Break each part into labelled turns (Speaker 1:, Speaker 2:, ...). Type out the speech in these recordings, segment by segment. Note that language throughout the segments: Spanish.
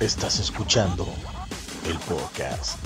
Speaker 1: Estás escuchando el podcast.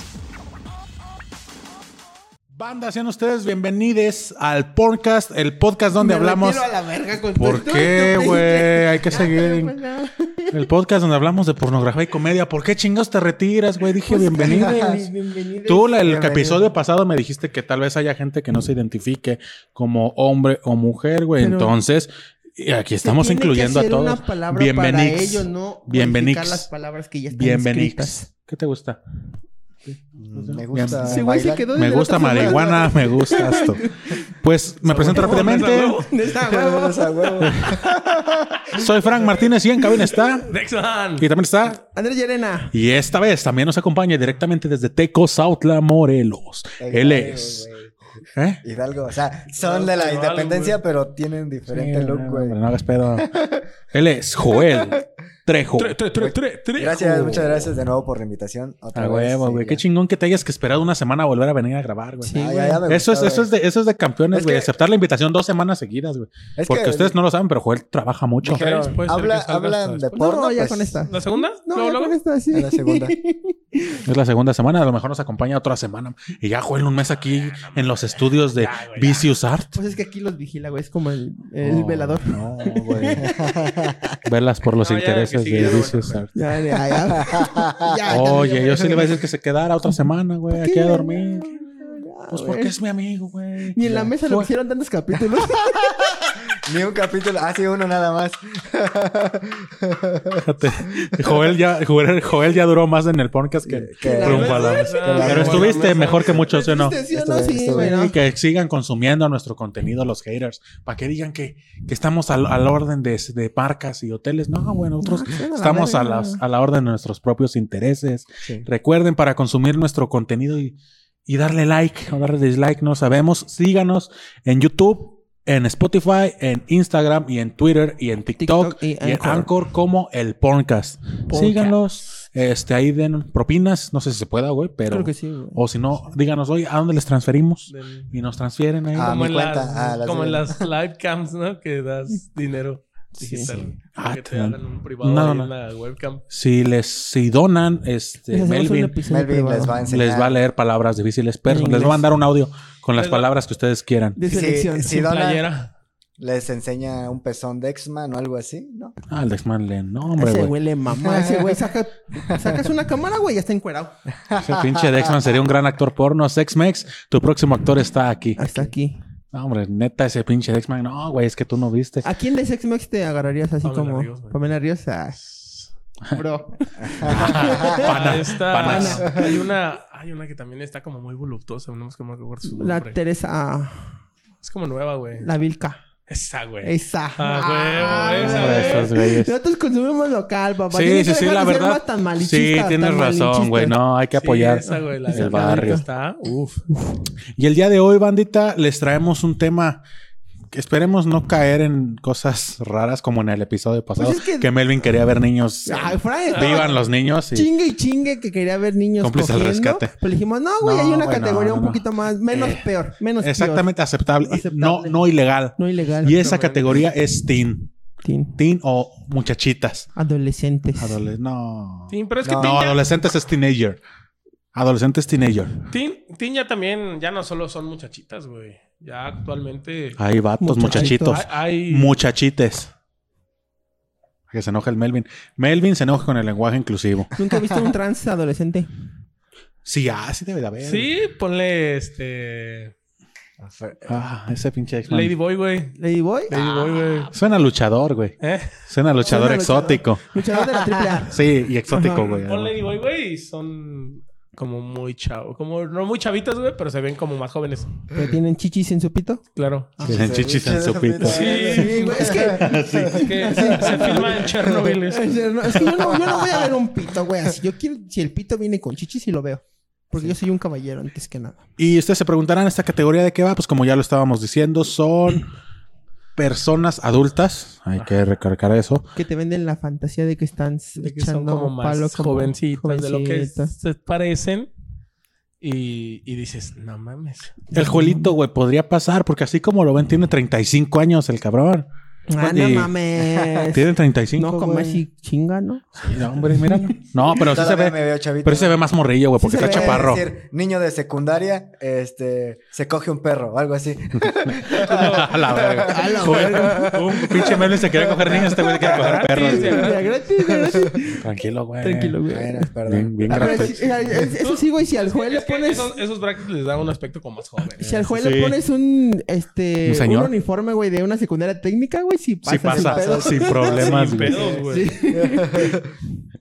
Speaker 2: Banda, sean ustedes bienvenidos al podcast, el podcast donde
Speaker 3: Me
Speaker 2: hablamos.
Speaker 3: retiro a la verga con
Speaker 2: ¿Por
Speaker 3: todo
Speaker 2: qué,
Speaker 3: esto que
Speaker 2: güey? Hay que seguir.
Speaker 3: dijiste.
Speaker 2: El podcast donde hablamos de pornografía y comedia. ¿Por qué chingados te retiras, güey? Dije bienvenidos.
Speaker 3: Pues, Bienvenidos.
Speaker 2: Tú, la- el
Speaker 3: Bienvenido.
Speaker 2: episodio pasado me dijiste que tal vez haya gente que no se identifique como hombre o mujer, güey.
Speaker 3: Pero-
Speaker 2: Entonces, y aquí estamos
Speaker 3: Se tiene que
Speaker 2: incluyendo a
Speaker 3: hacer
Speaker 2: todos.
Speaker 3: Una palabra Para
Speaker 2: Bienvenidos.
Speaker 3: ello, no
Speaker 2: Bienvenix.
Speaker 3: modificar las palabras que ya están escritas.
Speaker 2: Bienvenidos. ¿Qué te gusta?
Speaker 4: Me gusta
Speaker 3: Ese güey se
Speaker 4: bailar.
Speaker 3: quedó
Speaker 2: Me
Speaker 3: desde la
Speaker 2: gusta
Speaker 3: otra semana.
Speaker 2: marihuana, me gusta esto. Pues me presento rápidamente.
Speaker 3: Está, huevo.
Speaker 4: Esa huevo.
Speaker 2: Soy Frank Martínez y en cabina está.
Speaker 5: Dexon.
Speaker 2: Y también está.
Speaker 3: Andrés Llerena.
Speaker 2: Y esta vez también nos acompaña directamente desde Tecozautla, Morelos. Él es. ¿Eh?
Speaker 4: Hidalgo, o sea, son de la
Speaker 5: Hidalgo,
Speaker 4: independencia,
Speaker 5: güey.
Speaker 4: pero tienen diferente
Speaker 2: Sí,
Speaker 4: look,
Speaker 2: no,
Speaker 4: güey.
Speaker 2: hombre, No hagas pedo. Él es Joel Trejo.
Speaker 5: Tre, tre, tre, tre, tre.
Speaker 4: Gracias, muchas gracias de nuevo por la invitación. Otra
Speaker 2: A
Speaker 4: vez,
Speaker 2: huevo,
Speaker 4: sí,
Speaker 2: güey.
Speaker 4: ya.
Speaker 2: Qué chingón que te hayas que esperado una semana a volver a venir a grabar, güey.
Speaker 3: Sí,
Speaker 4: Ah, ya,
Speaker 3: güey.
Speaker 4: ya me
Speaker 2: Eso es, eso,
Speaker 4: gustó,
Speaker 2: es de, eso es de campeones,
Speaker 4: Es
Speaker 2: güey.
Speaker 4: que-
Speaker 2: Aceptar la invitación dos semanas seguidas, güey.
Speaker 4: güey. Es
Speaker 2: Porque
Speaker 4: que
Speaker 2: ustedes no lo saben, pero Joel trabaja mucho.
Speaker 4: dijeron,
Speaker 5: Mujeres, puede ser
Speaker 4: habla-
Speaker 5: que salga
Speaker 4: hablan
Speaker 5: hasta
Speaker 4: de
Speaker 5: después.
Speaker 3: No,
Speaker 4: porno.
Speaker 3: no, ya
Speaker 4: pues,
Speaker 3: con esta.
Speaker 5: ¿La segunda?
Speaker 3: No,
Speaker 5: Luego,
Speaker 3: ya
Speaker 5: luego.
Speaker 3: con esta, sí.
Speaker 4: en la segunda.
Speaker 2: Es la segunda semana. A lo mejor nos acompaña otra semana. Y ya Joel un mes aquí en los estudios de
Speaker 5: Ya, güey, ya.
Speaker 2: Vicious Art.
Speaker 3: Pues es que aquí los vigila, güey. Es como el, el
Speaker 2: Oh,
Speaker 3: velador.
Speaker 2: No, güey. Velas por los
Speaker 5: No, ya,
Speaker 2: intereses
Speaker 5: que
Speaker 2: de
Speaker 5: sigue, ya,
Speaker 2: Vicious
Speaker 5: bueno,
Speaker 2: Art.
Speaker 3: Ya, ya, ya. Ah, Ya,
Speaker 2: Oye,
Speaker 3: también,
Speaker 2: yo
Speaker 3: güey.
Speaker 2: sí le iba a decir que se quedara otra semana, güey,
Speaker 3: ¿Qué?
Speaker 2: aquí a dormir.
Speaker 3: Ya,
Speaker 2: Pues
Speaker 3: güey.
Speaker 2: porque es mi amigo, güey.
Speaker 3: Ni en la mesa lo
Speaker 2: Fue-
Speaker 3: hicieron tantos capítulos.
Speaker 4: Ni un capítulo, ah, sí, uno nada más.
Speaker 2: Fíjate, Joel ya, Joel, Joel ya duró más en el podcast que,
Speaker 4: Que-
Speaker 2: por un palabra.
Speaker 4: la-
Speaker 2: Pero estuviste mejor que muchos, ¿sí o no?
Speaker 3: Sí, o
Speaker 4: Esto
Speaker 3: no,
Speaker 4: es-
Speaker 3: sí,
Speaker 4: esto
Speaker 3: güey.
Speaker 4: es-
Speaker 3: no.
Speaker 2: Y que sigan consumiendo nuestro contenido los haters, para que digan que, que estamos al, al orden de, de marcas y hoteles. No, bueno, nosotros
Speaker 3: No, suena la
Speaker 2: estamos a,
Speaker 3: verga.
Speaker 2: las, a la orden de nuestros propios intereses.
Speaker 4: Sí.
Speaker 2: Recuerden para consumir nuestro contenido y, y darle like o darle dislike, no sabemos. Síganos en YouTube, en Spotify, en Instagram y en Twitter y en TikTok,
Speaker 3: TikTok y
Speaker 2: y en
Speaker 3: Anchor.
Speaker 2: Anchor como el Porncast.
Speaker 3: Porncast.
Speaker 2: Síganos, este, ahí den propinas, no sé si se pueda, güey, pero...
Speaker 3: Creo que sí, güey.
Speaker 2: O si no, díganos, oye, ¿a dónde les transferimos?
Speaker 5: Del-
Speaker 2: Y nos transfieren ahí.
Speaker 4: Ah,
Speaker 2: Ah,
Speaker 5: Como
Speaker 4: mi
Speaker 5: en
Speaker 4: cuenta.
Speaker 5: las,
Speaker 4: Ah, las
Speaker 5: como
Speaker 4: de-
Speaker 5: en las live cams, ¿no? Que das dinero digital.
Speaker 2: Ah,
Speaker 5: que te
Speaker 2: te-
Speaker 5: hagan un privado
Speaker 2: No,
Speaker 5: ahí
Speaker 2: no.
Speaker 5: en la webcam.
Speaker 2: Si les si donan, este,
Speaker 3: Les hacemos un
Speaker 2: Melvin
Speaker 3: episodio
Speaker 4: Melvin
Speaker 3: privado.
Speaker 4: les va a enseñar.
Speaker 2: les va a leer palabras difíciles, pero
Speaker 3: En
Speaker 2: les va a
Speaker 3: inglés.
Speaker 2: mandar un audio con las
Speaker 5: Les va-
Speaker 2: palabras que ustedes quieran.
Speaker 3: De
Speaker 4: Sí,
Speaker 3: selección.
Speaker 4: sí,
Speaker 3: sí.
Speaker 4: Donan.
Speaker 5: Playera.
Speaker 4: Les enseña un pezón de X-Man o algo así, ¿no?
Speaker 2: Ah, el Dexman Len. No, hombre,
Speaker 3: ese
Speaker 2: güey.
Speaker 3: güey le mamá. Ah, Ese güey saca, sacas una cámara, güey, ya está encuerado.
Speaker 2: Ese pinche Dexman sería un gran actor porno. Sex Mex, tu próximo actor está aquí.
Speaker 3: Hasta aquí.
Speaker 2: No, hombre, neta, ese pinche Dexman. No, güey, es que tú no viste.
Speaker 3: ¿A quién de Sex Mex te agarrarías así
Speaker 5: Pamela
Speaker 3: como
Speaker 5: Ríos, güey.
Speaker 3: Pamela Ríos? Ah, bro.
Speaker 5: Ah,
Speaker 2: Pana,
Speaker 5: esta-
Speaker 2: panas.
Speaker 5: Hay una, hay una que también está como muy voluptuosa. No me acuerdo su
Speaker 3: La
Speaker 5: nombre.
Speaker 3: Teresa. ah,
Speaker 5: Es como nueva, güey.
Speaker 3: La Vilca.
Speaker 5: Esa, güey.
Speaker 3: Esa.
Speaker 5: Ah, güey, esa,
Speaker 2: güey. Esos güeyes.
Speaker 3: Nosotros consumimos local, papá.
Speaker 2: Sí,
Speaker 3: Tienes
Speaker 2: sí,
Speaker 3: que
Speaker 2: sí,
Speaker 3: dejar
Speaker 2: la
Speaker 3: de ser
Speaker 2: verdad.
Speaker 3: más tan malinchistas,
Speaker 2: Sí,
Speaker 3: tan
Speaker 2: tienes razón, güey.
Speaker 3: malinchistas.
Speaker 2: No, hay que
Speaker 5: Sí,
Speaker 2: apoyar
Speaker 5: esa, güey, la-
Speaker 2: el
Speaker 5: la
Speaker 2: barrio.
Speaker 5: Está, uff.
Speaker 2: Y el día de hoy, bandita, les traemos un tema que esperemos no caer en cosas raras como en el episodio pasado.
Speaker 3: Pues es
Speaker 2: que...
Speaker 3: que-
Speaker 2: Melvin quería ver niños.
Speaker 3: Ay, Fran, estaba
Speaker 2: Vivan los niños. Y...
Speaker 3: Chingue y chingue que quería ver niños
Speaker 2: Cómplice al
Speaker 3: cogiendo,
Speaker 2: rescate.
Speaker 3: Pero dijimos, no, güey,
Speaker 2: No,
Speaker 3: hay una
Speaker 2: güey, no,
Speaker 3: categoría
Speaker 2: no,
Speaker 3: un
Speaker 2: no.
Speaker 3: poquito más, menos peor, menos
Speaker 2: Exactamente aceptable. y
Speaker 3: Aceptable.
Speaker 2: No, no ilegal.
Speaker 3: peor. No ilegal.
Speaker 2: Y esa categoría es teen.
Speaker 3: Teen.
Speaker 2: Teen o muchachitas.
Speaker 3: Adolescentes.
Speaker 2: Adole- no.
Speaker 5: Sí, pero es que
Speaker 4: No,
Speaker 5: Tin
Speaker 2: No,
Speaker 5: ya-
Speaker 2: adolescentes es teenager. Adolescentes teenager.
Speaker 5: Tin, Tin ya también, ya no solo son muchachitas, güey. Ya actualmente
Speaker 2: Hay vatos,
Speaker 3: Muchachitos.
Speaker 2: muchachitos.
Speaker 5: hay, hay-
Speaker 2: Muchachites. Que se enoja el Melvin. Melvin se enoja con el lenguaje inclusivo.
Speaker 3: Nunca he visto un trans adolescente.
Speaker 2: Sí, ah, sí debe de haber.
Speaker 5: Sí, ponle este
Speaker 2: Ah, ese pinche X-Man.
Speaker 5: Ladyboy, güey.
Speaker 3: Ladyboy.
Speaker 2: Ah.
Speaker 5: Ladyboy, güey.
Speaker 2: Suena luchador, güey.
Speaker 5: ¿Eh?
Speaker 2: Suena luchador
Speaker 3: Suena luchador.
Speaker 2: exótico.
Speaker 3: Luchador de la AAA.
Speaker 2: Sí, y exótico, güey.
Speaker 5: Pon Ladyboy, güey, y son como muy chavos, como no muy chavitas, güey, pero se ven como más jóvenes.
Speaker 3: Que tienen chichis en su pito.
Speaker 5: Claro.
Speaker 4: Ah,
Speaker 2: Sí, en chichis en su pito.
Speaker 5: Sí.
Speaker 3: güey, Es que,
Speaker 5: Es que se, se filma en Chernobyl. es-
Speaker 3: es que yo, no, yo no voy a ver un pito, güey. así. yo quiero, si el pito viene con chichis, sí lo veo. Porque yo soy un caballero antes que nada.
Speaker 2: Y ustedes se preguntarán, ¿esta categoría de qué va? Pues como ya lo estábamos diciendo, son personas adultas. Hay que recargar eso.
Speaker 3: Que te venden la fantasía de que están
Speaker 5: de que son
Speaker 3: echando
Speaker 5: como más
Speaker 3: palo como
Speaker 5: jovencitas, de lo que
Speaker 3: jovencitas.
Speaker 5: se parecen. Y, y dices, no mames.
Speaker 2: Mm. El Juelito, güey, podría pasar porque así como lo ven, tiene 35 años el cabrón.
Speaker 3: Ah, no
Speaker 2: Y-
Speaker 3: mames.
Speaker 2: Tiene 35.
Speaker 3: No, como
Speaker 2: güey.
Speaker 3: así chinga, ¿no?
Speaker 2: Sí, no, hombre, míralo. No, pero sí se
Speaker 4: Todavía
Speaker 2: ve.
Speaker 4: me veo chavito.
Speaker 2: Pero sí se ve más morrillo, güey, porque
Speaker 4: Sí se
Speaker 2: está
Speaker 4: ve,
Speaker 2: chaparro.
Speaker 4: Es decir, niño de secundaria, este, se coge un perro o algo así.
Speaker 2: A la verga.
Speaker 3: A la
Speaker 2: Joder, Un pinche meme se quiere coger niños, este güey se quiere coger perros.
Speaker 5: Sí,
Speaker 2: güey.
Speaker 3: Mira, gratis, gratis.
Speaker 2: Tranquilo, güey.
Speaker 3: Tranquilo, güey.
Speaker 4: bueno,
Speaker 2: Bien,
Speaker 4: perdón.
Speaker 2: bien
Speaker 3: Ah, pero
Speaker 2: gratis.
Speaker 3: si- eh, Eso sí, güey, si al juez le
Speaker 5: Es que
Speaker 3: pones...
Speaker 5: esos, esos brackets les dan un aspecto como más joven. ¿eh?
Speaker 3: Si al juez
Speaker 2: Sí.
Speaker 3: le pones un, este,
Speaker 2: ¿Un señor?
Speaker 3: un uniforme, güey, de una secundaria técnica, güey, si pasa.
Speaker 2: Si pasa, sin problemas,
Speaker 5: Sin
Speaker 2: güey.
Speaker 5: pedos, güey.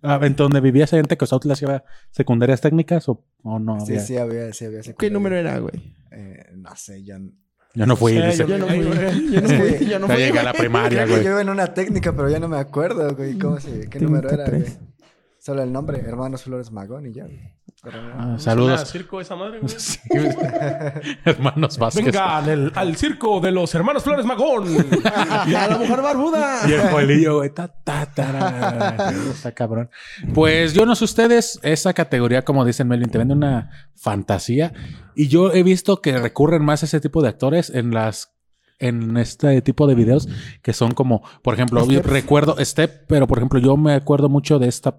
Speaker 2: Ah, ¿en donde vivías ahí en Tecozautla sí había secundarias técnicas o, o no
Speaker 4: Sí,
Speaker 2: había?
Speaker 4: sí, había, sí, había.
Speaker 3: ¿Qué
Speaker 4: secundaria.
Speaker 3: número era, güey?
Speaker 4: Eh, no sé, ya.
Speaker 2: Yo no fui,
Speaker 5: Sí,
Speaker 2: dice.
Speaker 5: yo-
Speaker 3: Yo no fui, güey. Yo no
Speaker 4: Sí.
Speaker 3: fui, yo no
Speaker 2: Ya
Speaker 3: fui.
Speaker 2: llegué a
Speaker 3: güey.
Speaker 2: la primaria,
Speaker 4: Creo que yo
Speaker 2: güey.
Speaker 4: iba en una técnica, pero ya no me acuerdo, güey. ¿Cómo se, ¿Qué número era, güey?
Speaker 3: 33.
Speaker 4: Solo el nombre, Hermanos Flores Magón y ya. güey. Pero no.
Speaker 2: Ah,
Speaker 5: Suena a
Speaker 2: saludos.
Speaker 5: circo esa madre, güey.
Speaker 2: Sí, güey. Hermanos Vázquez.
Speaker 5: Vengan el- al circo de los hermanos Flores Magón.
Speaker 3: A la mujer barbuda.
Speaker 2: Y el Joelillo, güey. Ta, ta, tarara. Está cabrón. Pues yo no sé ustedes, esa categoría, como dicen Melvin, te vende una fantasía. Y yo he visto que recurren más a ese tipo de actores en las en este tipo de videos que son como, por ejemplo, yo
Speaker 3: Steps.
Speaker 2: recuerdo Step, pero por ejemplo, yo me acuerdo mucho de esta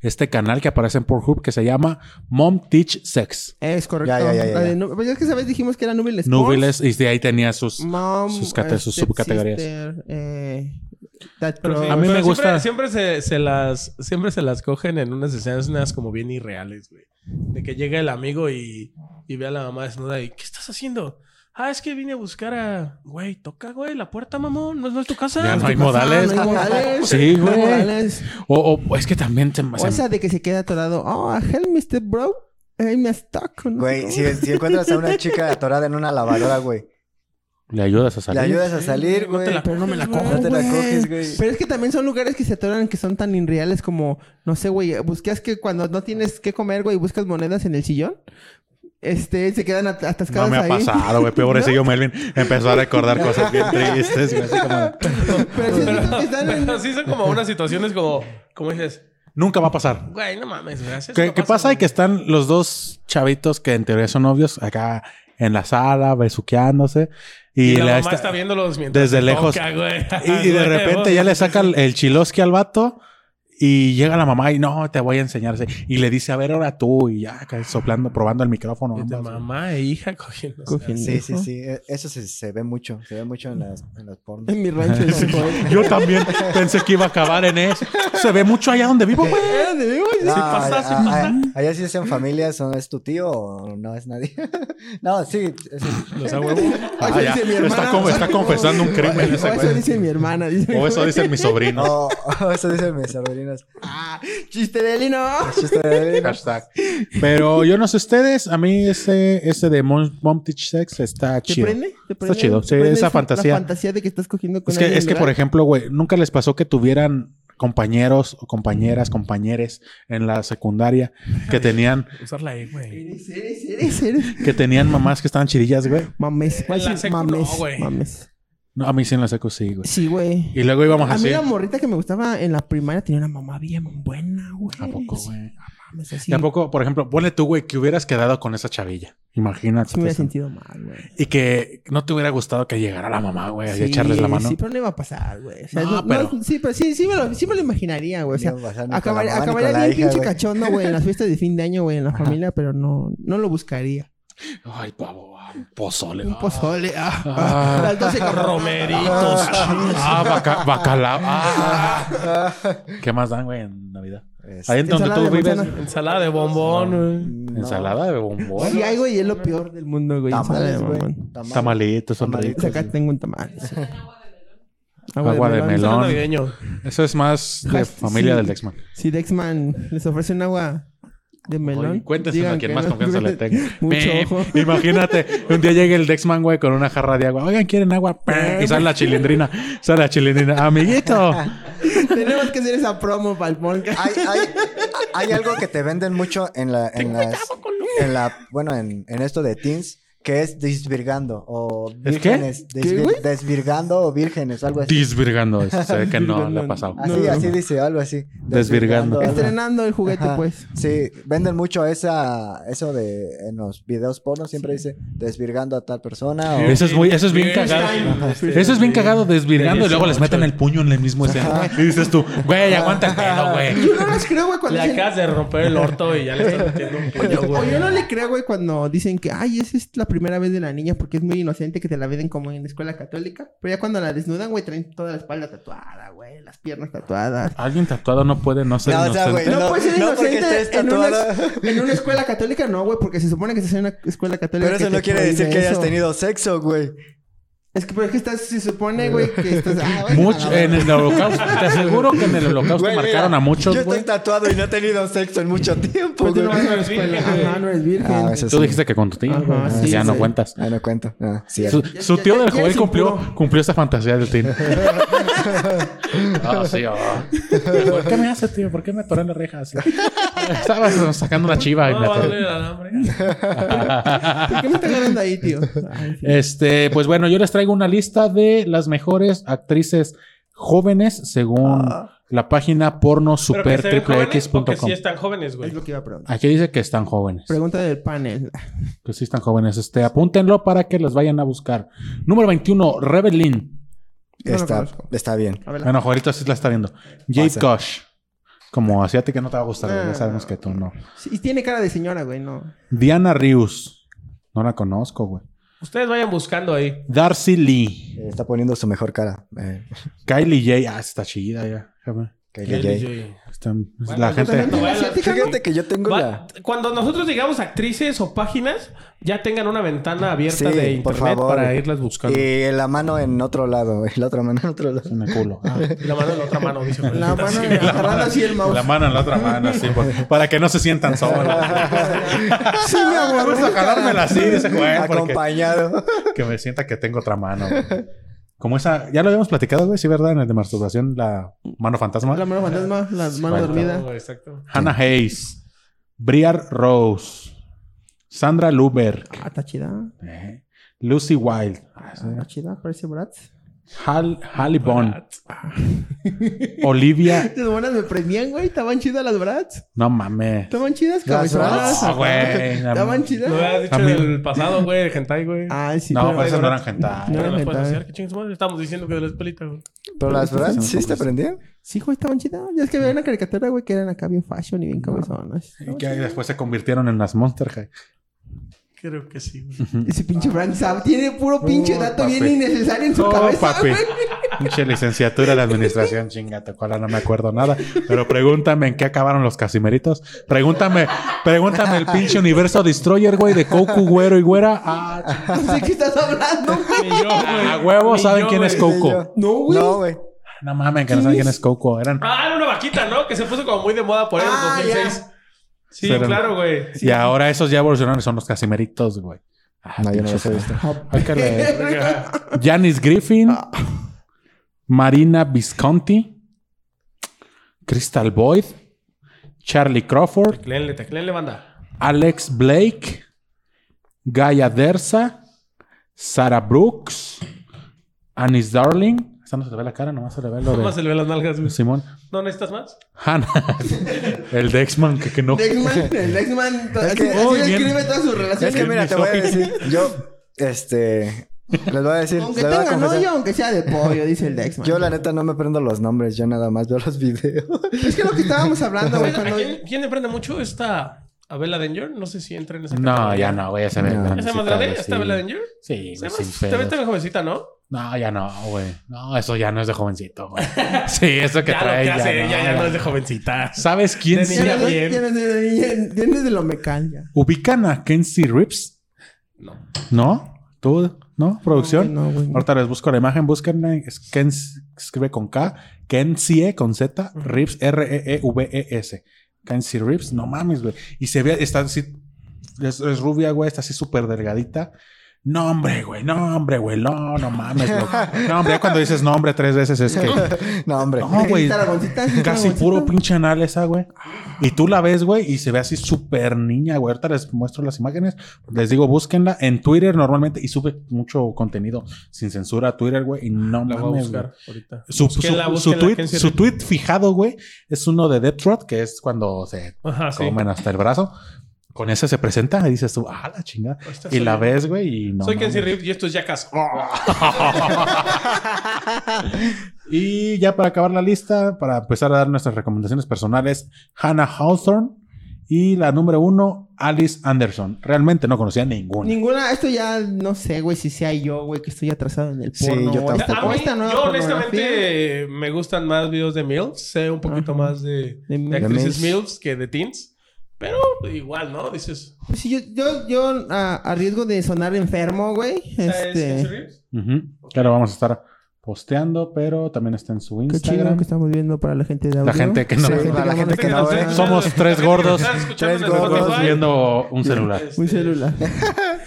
Speaker 2: este canal que aparece en Pornhub que se llama Mom Teach Sex.
Speaker 3: Es correcto.
Speaker 4: Ya, ya, ya, ya,
Speaker 3: La de
Speaker 4: ya.
Speaker 3: nu- Pues es que esa vez dijimos que era Nubiles.
Speaker 2: Nubiles y de ahí tenía sus
Speaker 3: Mom.
Speaker 2: sus cate- sus
Speaker 3: Step
Speaker 2: subcategorías.
Speaker 3: Sister, eh, that
Speaker 5: Pero sí,
Speaker 2: A mí
Speaker 5: pero
Speaker 2: me gusta-
Speaker 5: Siempre, siempre se, se las, siempre se las cogen en unas escenas como bien irreales, güey. De que llega el amigo y, y ve a la mamá desnuda y, ¿qué estás haciendo? Ah, es que vine a buscar a... Güey, toca, güey, la puerta, mamón. No, es- no es tu casa.
Speaker 2: Ya no hay
Speaker 3: Ah, no hay
Speaker 2: modales.
Speaker 3: modales.
Speaker 2: Sí,
Speaker 3: No hay
Speaker 2: güey.
Speaker 3: modales.
Speaker 2: O, o es que también se,
Speaker 3: O
Speaker 2: se-
Speaker 3: esa de que se queda atorado. Oh, help me, step bro. I'm stuck. No sé
Speaker 4: Güey,
Speaker 3: cómo.
Speaker 4: si, si encuentras a una chica atorada en una lavadora, güey,
Speaker 2: le ayudas a
Speaker 4: le
Speaker 2: salir.
Speaker 4: ayudas a salir,
Speaker 5: No te
Speaker 4: güey.
Speaker 5: la-
Speaker 3: Pero no me la
Speaker 5: No
Speaker 3: cojo,
Speaker 4: te la
Speaker 3: güey.
Speaker 4: coges, güey.
Speaker 3: Pero es que también son lugares que se atoran que son tan irreales como, no sé, güey, buscas que cuando no tienes que comer, güey, buscas monedas en el sillón. Este, se quedan at-
Speaker 2: No
Speaker 3: atascadas
Speaker 2: me ha
Speaker 3: ahí.
Speaker 2: pasado, güey. Pobrecillo Melvin empezó a recordar cosas bien tristes. güey, así como,
Speaker 3: Pero sí,
Speaker 5: Pero,
Speaker 3: siento que están en-
Speaker 5: pero sí son como unas situaciones como... Como dices,
Speaker 2: Nunca va a pasar.
Speaker 5: güey, no mames, gracias.
Speaker 2: ¿Qué, qué pasa? Y que
Speaker 5: güey.
Speaker 2: están los dos chavitos que en teoría son novios acá en la sala, besuqueándose. Y,
Speaker 5: Y, la,
Speaker 2: la
Speaker 5: mamá
Speaker 2: esta-
Speaker 5: está, viéndolos mientras
Speaker 2: desde
Speaker 5: se
Speaker 2: lejos.
Speaker 5: toca, güey.
Speaker 2: y, y de
Speaker 5: Güey,
Speaker 2: repente
Speaker 5: vos-
Speaker 2: ya le saca el, el chiloski al vato. Y llega la mamá y no, te voy a enseñarse. Y le dice, a ver, ahora tú. Y ya, acá soplando, probando el micrófono.
Speaker 5: Y de
Speaker 2: ambas, güey.
Speaker 5: mamá e hija cogiendo.
Speaker 3: Cogiendo.
Speaker 4: Sí, sí, sí. Eh, Eso se, se ve mucho. Se ve mucho en las, en las pornos.
Speaker 3: En mi rancho. en San Juan.
Speaker 2: Yo también pensé que iba a acabar en eso. Se ve mucho allá donde vivo, güey.
Speaker 3: Era de Dios.
Speaker 4: Eh, No,
Speaker 5: pasa,
Speaker 4: a-
Speaker 5: sí
Speaker 4: a-
Speaker 5: pasa.
Speaker 4: a- Allá sí es en familia, son, ¿es tu tío o no es nadie? no, sí. eso sí.
Speaker 5: Los a huevo.
Speaker 3: Eso
Speaker 2: Ah, ya.
Speaker 3: dice mi hermana.
Speaker 2: Está, con- está confesando un crimen
Speaker 3: O
Speaker 2: ese
Speaker 3: eso
Speaker 2: güey.
Speaker 3: dice mi hermana. Dice,
Speaker 2: eh". O eso dicen mis sobrinos.
Speaker 4: No, eso dicen mis sobrinas.
Speaker 3: Ah, chiste de Lino.
Speaker 4: Chiste de
Speaker 2: Hashtag. Pero yo no sé ustedes, a mí ese, ese de Mom, Mom Teach Sex está
Speaker 3: ¿Te
Speaker 2: chido.
Speaker 3: prende? ¿Te prende?
Speaker 2: chido.
Speaker 3: ¿Te
Speaker 2: Sí,
Speaker 3: prende
Speaker 2: esa
Speaker 3: la
Speaker 2: fantasía.
Speaker 3: fantasía de que estás cogiendo con
Speaker 2: Es que,
Speaker 3: alguien,
Speaker 2: es que,
Speaker 3: ¿verdad?
Speaker 2: por ejemplo, güey, nunca les pasó que tuvieran compañeros o compañeras, compañeres en la secundaria que tenían,
Speaker 5: Usar la E, güey.
Speaker 3: Eres, eres, eres, eres.
Speaker 2: que tenían mamás que estaban chidillas, güey.
Speaker 3: Mames,
Speaker 5: En la secu no,
Speaker 3: mames,
Speaker 5: güey.
Speaker 3: mames.
Speaker 2: No, a mí sí en la secu sí, güey.
Speaker 3: Sí, güey.
Speaker 2: Y luego íbamos
Speaker 3: A mí
Speaker 2: así.
Speaker 3: la morrita que me gustaba en la primaria tenía una mamá bien buena, güey.
Speaker 2: ¿A poco,
Speaker 3: Sí,
Speaker 2: güey?
Speaker 3: mames, así.
Speaker 2: ¿Y a poco, por ejemplo, ponle tú, güey, que hubieras quedado con esa chavilla? Imagínate.
Speaker 3: Sí me hubiera
Speaker 2: eso.
Speaker 3: sentido mal, güey.
Speaker 2: Y que no te hubiera gustado que llegara la mamá, güey, y
Speaker 3: Sí,
Speaker 2: echarles la mano.
Speaker 3: Sí, pero no iba a pasar, güey. O sea,
Speaker 2: No,
Speaker 3: no,
Speaker 2: pero-
Speaker 3: no, sí, pero sí, sí me lo, sí me lo imaginaría, güey. O sea,
Speaker 4: Ni iba a pasar ni con la
Speaker 3: acabaría,
Speaker 4: mamá ni con
Speaker 3: acabaría
Speaker 4: la
Speaker 3: bien
Speaker 4: hija,
Speaker 3: pinche
Speaker 4: güey.
Speaker 3: cachondo, güey, en las fiestas de fin de año, güey, en la familia, pero no, no lo buscaría.
Speaker 2: Ay, pavo, ah, un pozole.
Speaker 3: Un
Speaker 2: ah.
Speaker 3: pozole. Ah,
Speaker 2: Ah.
Speaker 3: ah, las 12 con
Speaker 5: Romeritos.
Speaker 2: Ah, baca- bacalao. Ah. ¿Qué más dan, güey, en Navidad?
Speaker 4: Este,
Speaker 2: Ahí en donde
Speaker 3: ensalada
Speaker 2: tú
Speaker 3: de
Speaker 2: vives.
Speaker 3: manzana.
Speaker 5: Ensalada de bombón,
Speaker 4: no.
Speaker 2: Ensalada de bombón.
Speaker 3: Sí, hay, güey, y es lo peor del mundo, güey. ensalada de
Speaker 4: Tamales, güey.
Speaker 3: mamón.
Speaker 4: Tamales.
Speaker 2: Tamalitos, son
Speaker 4: Tamalitos.
Speaker 2: ricos.
Speaker 3: O sea, acá tengo un tamal. sí.
Speaker 2: Agua de
Speaker 5: güey.
Speaker 2: melón.
Speaker 5: Melón. navideño.
Speaker 2: Eso es más de
Speaker 3: Has-
Speaker 2: familia
Speaker 3: sí.
Speaker 2: del Dexman.
Speaker 3: Si Dexman les ofrece un agua de melón.
Speaker 2: Oye, Cuénteselo
Speaker 3: digan
Speaker 2: a quien
Speaker 3: que
Speaker 2: más
Speaker 3: no.
Speaker 2: confianza le tenga.
Speaker 3: Mucho
Speaker 2: Pim.
Speaker 3: ojo.
Speaker 2: Imagínate, un día llega el Dexman, güey, con una jarra de agua. Oigan, ¿quieren agua? Pim. Y sale la chilindrina. Sale la chilindrina. Amiguito.
Speaker 3: Tenemos que hacer esa promo para el podcast.
Speaker 4: Hay, hay, hay algo que te venden mucho en la, en las- en la- bueno, en, en esto de teens, que es desvirgando o
Speaker 2: ¿Es qué?
Speaker 4: vírgenes. desvir-
Speaker 3: güey?
Speaker 4: desvirgando o vírgenes, algo así.
Speaker 2: Disvirgando. Ah, eso, Se ve que no le ha pasado.
Speaker 4: Así,
Speaker 3: No, no,
Speaker 4: así
Speaker 3: no.
Speaker 4: dice, algo así.
Speaker 2: Desvirgando. Este
Speaker 4: algo.
Speaker 3: Estrenando el juguete,
Speaker 4: Ajá.
Speaker 3: pues.
Speaker 4: Sí, venden mucho esa, eso de en los videos porno, siempre dice desvirgando a tal persona. o-
Speaker 2: Eso es muy- eso es bien cagado. Eso es bien cagado desvirgando y luego les meten el puño en el mismo escena. Y dices tú, güey, aguanta el pedo, güey.
Speaker 3: Yo no les creo, güey, cuando
Speaker 5: Le
Speaker 3: dicen...
Speaker 5: acabas de romper el orto y ya le estás metiendo un puño,
Speaker 3: O
Speaker 5: güey.
Speaker 3: yo no le creo, güey, cuando dicen que, ay, esa es la primera vez de la niña porque es muy inocente que te la venden como en la escuela católica. Pero ya cuando la desnudan, güey, traen toda la espalda tatuada, güey, las piernas tatuadas.
Speaker 2: Alguien tatuado no puede no ser
Speaker 4: No, o sea,
Speaker 2: inocente.
Speaker 4: güey,
Speaker 3: No,
Speaker 4: No,
Speaker 3: puedes ser
Speaker 4: no, porque
Speaker 3: inocente
Speaker 4: estés
Speaker 3: en una,
Speaker 4: tatuada.
Speaker 3: en una escuela católica, no, güey, porque se supone que estás en una escuela católica.
Speaker 4: Pero eso
Speaker 3: que
Speaker 4: no
Speaker 3: te
Speaker 4: quiere decir
Speaker 3: prohíbe
Speaker 4: que hayas
Speaker 3: eso.
Speaker 4: tenido sexo, güey.
Speaker 3: Es que, pero es que estás, se supone, güey, que estás. Ah, güey,
Speaker 2: Mucho, en el holocausto, te aseguro que en el holocausto
Speaker 4: Güey,
Speaker 2: marcaron
Speaker 4: mira,
Speaker 2: a muchos,
Speaker 4: Yo estoy
Speaker 2: güey. Pues,
Speaker 4: tatuado y no he tenido sexo en mucho tiempo,
Speaker 3: Pero tú
Speaker 4: güey.
Speaker 3: no vas a la escuela. Ajá, no eres virgen.
Speaker 4: Ah, eso
Speaker 2: Tú
Speaker 4: sí.
Speaker 2: dijiste que con tu tío,
Speaker 3: Ajá,
Speaker 2: güey,
Speaker 3: sí,
Speaker 2: ya no
Speaker 4: sí.
Speaker 2: cuentas.
Speaker 4: Ah, no cuento. Ah, sí.
Speaker 2: Su, su
Speaker 3: ya-
Speaker 2: tío
Speaker 3: ya-
Speaker 2: del
Speaker 3: ya es
Speaker 2: Joel cumplió,
Speaker 3: impuro.
Speaker 2: cumplió esa fantasía del tío. Ah, sí, ah. ¿Por qué me hace, tío? ¿Por qué me atoró en la reja? así? Estabas sacando una chiva y me
Speaker 5: No, vale
Speaker 2: atoré.
Speaker 5: el alambre.
Speaker 3: ¿Por qué me está agarrando ahí, tío? Ay, sí.
Speaker 2: Este, pues bueno, yo les traigo una lista de las mejores actrices jóvenes según
Speaker 3: Ah.
Speaker 2: la página porno
Speaker 5: Pero que estén jóvenes, porque
Speaker 2: superxxx.com.
Speaker 5: sí están jóvenes, güey.
Speaker 3: Es lo que iba a preguntar.
Speaker 2: Aquí dice que están jóvenes.
Speaker 3: Pregunta del panel. Ah,
Speaker 2: Que sí están jóvenes. Este, apúntenlo para que las vayan a buscar. Número 21, Rebelin.
Speaker 3: no lo
Speaker 4: Está,
Speaker 3: conozco.
Speaker 4: está bien.
Speaker 3: A ver,
Speaker 2: Bueno, ahorita sí la está viendo. Jade
Speaker 4: Pasa.
Speaker 2: Gosh. Como asiática no te va a gustar, güey.
Speaker 3: Ah.
Speaker 2: ya sabemos que tú no.
Speaker 3: Sí, Y tiene cara de señora, güey, no.
Speaker 2: Diana Rius. No la conozco, güey.
Speaker 5: Ustedes vayan buscando ahí.
Speaker 2: Darcy Lee.
Speaker 4: Eh, Está poniendo su mejor cara. eh,
Speaker 2: Kylie J. Ah, está chida ya. Déjame.
Speaker 4: Kylie
Speaker 5: Kylie
Speaker 4: J.
Speaker 5: Jenner.
Speaker 2: Están-
Speaker 5: Bueno,
Speaker 2: la
Speaker 5: yo
Speaker 2: gente.
Speaker 3: ¿También
Speaker 5: también-
Speaker 3: tiene
Speaker 5: Bueno,
Speaker 3: asiática, güey?
Speaker 4: Fíjate que yo tengo
Speaker 5: Va-
Speaker 4: la...
Speaker 5: cuando nosotros digamos actrices o páginas, ya tengan una ventana abierta
Speaker 4: Sí,
Speaker 5: de
Speaker 4: por
Speaker 5: internet
Speaker 4: favor.
Speaker 5: para irlas buscando.
Speaker 4: Y eh, la mano en otro lado. Y la otra mano en otro lado.
Speaker 2: Eh, En el culo. Ah.
Speaker 5: Y La mano en la otra mano, dice.
Speaker 3: La mano agarrando así el mouse.
Speaker 2: La mano en la otra mano, sí, por- para que no se sientan solas.
Speaker 3: Sí, mi amor.
Speaker 2: Vamos a jalármela así, dice Joel, porque
Speaker 4: Acompañado.
Speaker 2: que me sienta que tengo otra mano. güey. Como esa, ya lo habíamos platicado, güey, sí, ¿verdad? En el de masturbación, la mano fantasma.
Speaker 3: La mano fantasma, la mano
Speaker 2: Exacto.
Speaker 3: dormida.
Speaker 5: Exacto.
Speaker 2: Hannah Hayes, Briar Rose, Sandra Luberg,
Speaker 3: Ah, está chida.
Speaker 2: eh, Lucy Wilde, ah, sí.
Speaker 3: Está chida, parece Bratz.
Speaker 2: Hal, Halle Bond, Olivia,
Speaker 3: Estas buenas me prendían, güey. Estaban chidas las Bratz.
Speaker 2: no mames.
Speaker 3: Estaban chidas,
Speaker 4: Las
Speaker 3: cabezonas.
Speaker 4: Bratz.
Speaker 2: No, güey.
Speaker 3: Estaban
Speaker 5: Lo habías
Speaker 3: chidas.
Speaker 5: dicho
Speaker 2: También-
Speaker 5: en el pasado, güey, el hentai, güey.
Speaker 3: Ay, sí.
Speaker 2: No,
Speaker 3: pero-
Speaker 2: pero esas no eran hentai.
Speaker 3: Ah, No
Speaker 5: Pero
Speaker 3: eran
Speaker 5: las puedes
Speaker 3: hentai.
Speaker 5: hacer, que chingues madre. Estamos diciendo que de las pelitas, güey.
Speaker 4: Pero las verdad,
Speaker 2: Sí,
Speaker 4: sí te prendían.
Speaker 3: Sí, güey, estaban chidas. Ya es que había una caricatura, güey, que eran acá bien fashion y bien cabezonas.
Speaker 2: Y que después se convirtieron en las Monster High.
Speaker 5: Creo que sí, güey.
Speaker 3: Ese pinche Frank Zappa tiene puro pinche dato
Speaker 2: papi.
Speaker 3: bien innecesario en su
Speaker 2: No,
Speaker 3: cabeza,
Speaker 2: Oh, papi.
Speaker 3: güey.
Speaker 2: Pinche licenciatura de administración, chingata, cual no me acuerdo nada. Pero pregúntame en qué acabaron los casimeritos. Pregúntame, pregúntame el pinche universo destroyer, güey, de Coco, güero y güera. Ah, ching-
Speaker 3: No sé qué estás hablando, güey.
Speaker 5: Ni yo, güey.
Speaker 2: a huevo
Speaker 5: Ni
Speaker 2: saben
Speaker 5: yo,
Speaker 2: quién
Speaker 5: güey.
Speaker 2: es
Speaker 4: Sí,
Speaker 2: Coco.
Speaker 4: yo.
Speaker 3: No, güey.
Speaker 4: No, güey.
Speaker 2: No mames, que no saben quién es Coco. Eran.
Speaker 5: Ah, era una vaquita, ¿no? Que se puso como muy de moda por ahí en
Speaker 3: Ah, ya.
Speaker 5: 2006. Sí,
Speaker 2: Serán-
Speaker 5: claro, güey.
Speaker 2: Y ahora esos ya evolucionaron y son los casimeritos, güey. Ah,
Speaker 4: No, yo no
Speaker 2: pinche
Speaker 4: los he
Speaker 2: fa-
Speaker 4: visto.
Speaker 3: Ah,
Speaker 2: Hay que
Speaker 4: Eh,
Speaker 2: leer. Janice Griffin. Marina Visconti. Crystal Boyd. Charlie Crawford.
Speaker 5: Tecléenle, tecléenle, banda.
Speaker 2: Alex Blake, Gaia Dersa, Sarah Brooks, Anis Darling. Esta no se le ve la cara, nomás se le ve lo
Speaker 5: Nomás se
Speaker 2: de
Speaker 5: le ven las nalgas, güey.
Speaker 2: Simón.
Speaker 5: ¿No necesitas más?
Speaker 2: Hannah, el Dexman que, que no.
Speaker 3: Dexman, el Dexman, así,
Speaker 4: que-
Speaker 3: así
Speaker 2: Uy, bien.
Speaker 3: describe todas sus
Speaker 4: Es
Speaker 3: relaciones.
Speaker 4: que mira, te voy a
Speaker 2: misógino.
Speaker 4: decir, yo, este, les voy a decir,
Speaker 3: aunque
Speaker 4: les voy a
Speaker 3: tenga
Speaker 4: confesar,
Speaker 3: novio, aunque sea de pollo, dice el Dexman.
Speaker 4: yo la neta no me prendo los nombres, yo nada más veo los videos.
Speaker 3: Es que lo que estábamos hablando, güey,
Speaker 5: ¿A
Speaker 3: cuando...
Speaker 5: quién, quién le prende mucho esta Abela Danger? No sé si entra en esa
Speaker 2: No,
Speaker 5: categoría.
Speaker 2: ya no, güey, ya se ve.
Speaker 4: No.
Speaker 5: ¿Esa más grande? ¿Esta Abela Danger?
Speaker 2: Sí,
Speaker 5: Se
Speaker 2: güey,
Speaker 5: ve
Speaker 2: sin
Speaker 5: más- Te ves
Speaker 2: pedos.
Speaker 5: también jovencita, ¿no?
Speaker 2: No, ya no, güey. No, eso ya no es de jovencito, güey. Sí, eso que
Speaker 5: ya
Speaker 2: trae.
Speaker 5: lo que hace
Speaker 2: ya,
Speaker 5: ella ya no es de jovencita.
Speaker 2: ¿Sabes quién
Speaker 5: De
Speaker 2: sí?
Speaker 5: niña.
Speaker 3: Vienes de-
Speaker 5: bien.
Speaker 3: vienes de- vienes- vienes eh, de lo mecal, ya.
Speaker 2: ¿Ubican a Kenzie Rips?
Speaker 5: No.
Speaker 2: ¿No? ¿Tú? ¿No? ¿Producción?
Speaker 3: No, güey.
Speaker 2: Ahorita les busco la imagen, búsquenla. Es Ken, escribe con K. Kenzie con Z. E Rips, R-E-E-V-E-S. Kenzie Rips, no mames, güey. Y se ve, está así, es, es rubia, güey, está así súper delgadita. No, hombre, güey, no, hombre, güey, no, no mames, loco. No, hombre, ya cuando dices no, hombre, tres veces es que.
Speaker 4: No, hombre.
Speaker 2: No, güey.
Speaker 3: Taragoncita, sí,
Speaker 2: Casi
Speaker 3: Taragoncita.
Speaker 2: puro pinche anal esa, güey. Y tú la ves, güey, y se ve así súper niña, güey. Ahorita les muestro las imágenes. Les digo, búsquenla en Twitter normalmente y sube mucho contenido sin censura a Twitter, güey. Y no
Speaker 5: La voy a
Speaker 2: mames,
Speaker 5: buscar
Speaker 2: güey.
Speaker 5: ahorita.
Speaker 2: Su, su-
Speaker 5: Búsquenla,
Speaker 2: su
Speaker 5: búsquenla,
Speaker 2: tweet,
Speaker 5: Kenzie
Speaker 2: su
Speaker 5: Reed.
Speaker 2: tweet fijado, güey, es uno de Death Trot, que es cuando se
Speaker 5: Ajá, sí.
Speaker 2: comen hasta el brazo. Con ese se presenta y dices tú, ah, la chingada.
Speaker 5: Esta
Speaker 2: Y
Speaker 5: soy
Speaker 2: la
Speaker 5: yo.
Speaker 2: ves, güey, y no.
Speaker 5: Soy Kenzie
Speaker 2: mames.
Speaker 5: Reeves y esto es Jackass.
Speaker 2: Y ya para acabar la lista, para empezar a dar nuestras recomendaciones personales, Hannah Hawthorne y la número uno, Alice Anderson. Realmente no conocía ninguna.
Speaker 3: Ninguna, esto ya no sé, güey, si sea yo, güey, que estoy atrasado en el
Speaker 4: Sí,
Speaker 3: porno.
Speaker 4: yo
Speaker 3: o esta-
Speaker 5: A
Speaker 4: tampoco.
Speaker 3: o
Speaker 5: mí,
Speaker 3: esta nueva
Speaker 5: yo
Speaker 3: pornografía
Speaker 5: honestamente me gustan más videos de Mills. Sé un poquito
Speaker 3: Ajá.
Speaker 5: más de,
Speaker 3: de
Speaker 5: de
Speaker 3: mí.
Speaker 4: Mills.
Speaker 5: actrices Mills que de teens. Pero igual, ¿no? Dices...
Speaker 3: Pues sí, yo, yo, yo a, a riesgo de sonar enfermo, güey.
Speaker 5: ¿esa "Ah, es Kenzie
Speaker 3: Este,
Speaker 5: Reeves?
Speaker 2: Ujú. Claro, vamos a estar posteando, pero también está en su
Speaker 3: qué chido
Speaker 2: Instagram.
Speaker 3: que estamos viendo para la gente de audio.
Speaker 2: La gente que no.
Speaker 4: Sí,
Speaker 3: la gente
Speaker 4: para la
Speaker 3: que
Speaker 4: gente que no
Speaker 5: está
Speaker 4: ve.
Speaker 5: escuchando-
Speaker 2: Somos tres
Speaker 5: la gente que
Speaker 2: gordos,
Speaker 5: está escuchando
Speaker 4: tres
Speaker 5: en Spotify,
Speaker 4: gordos
Speaker 2: Viendo un celular.
Speaker 5: este,
Speaker 3: Muy celular.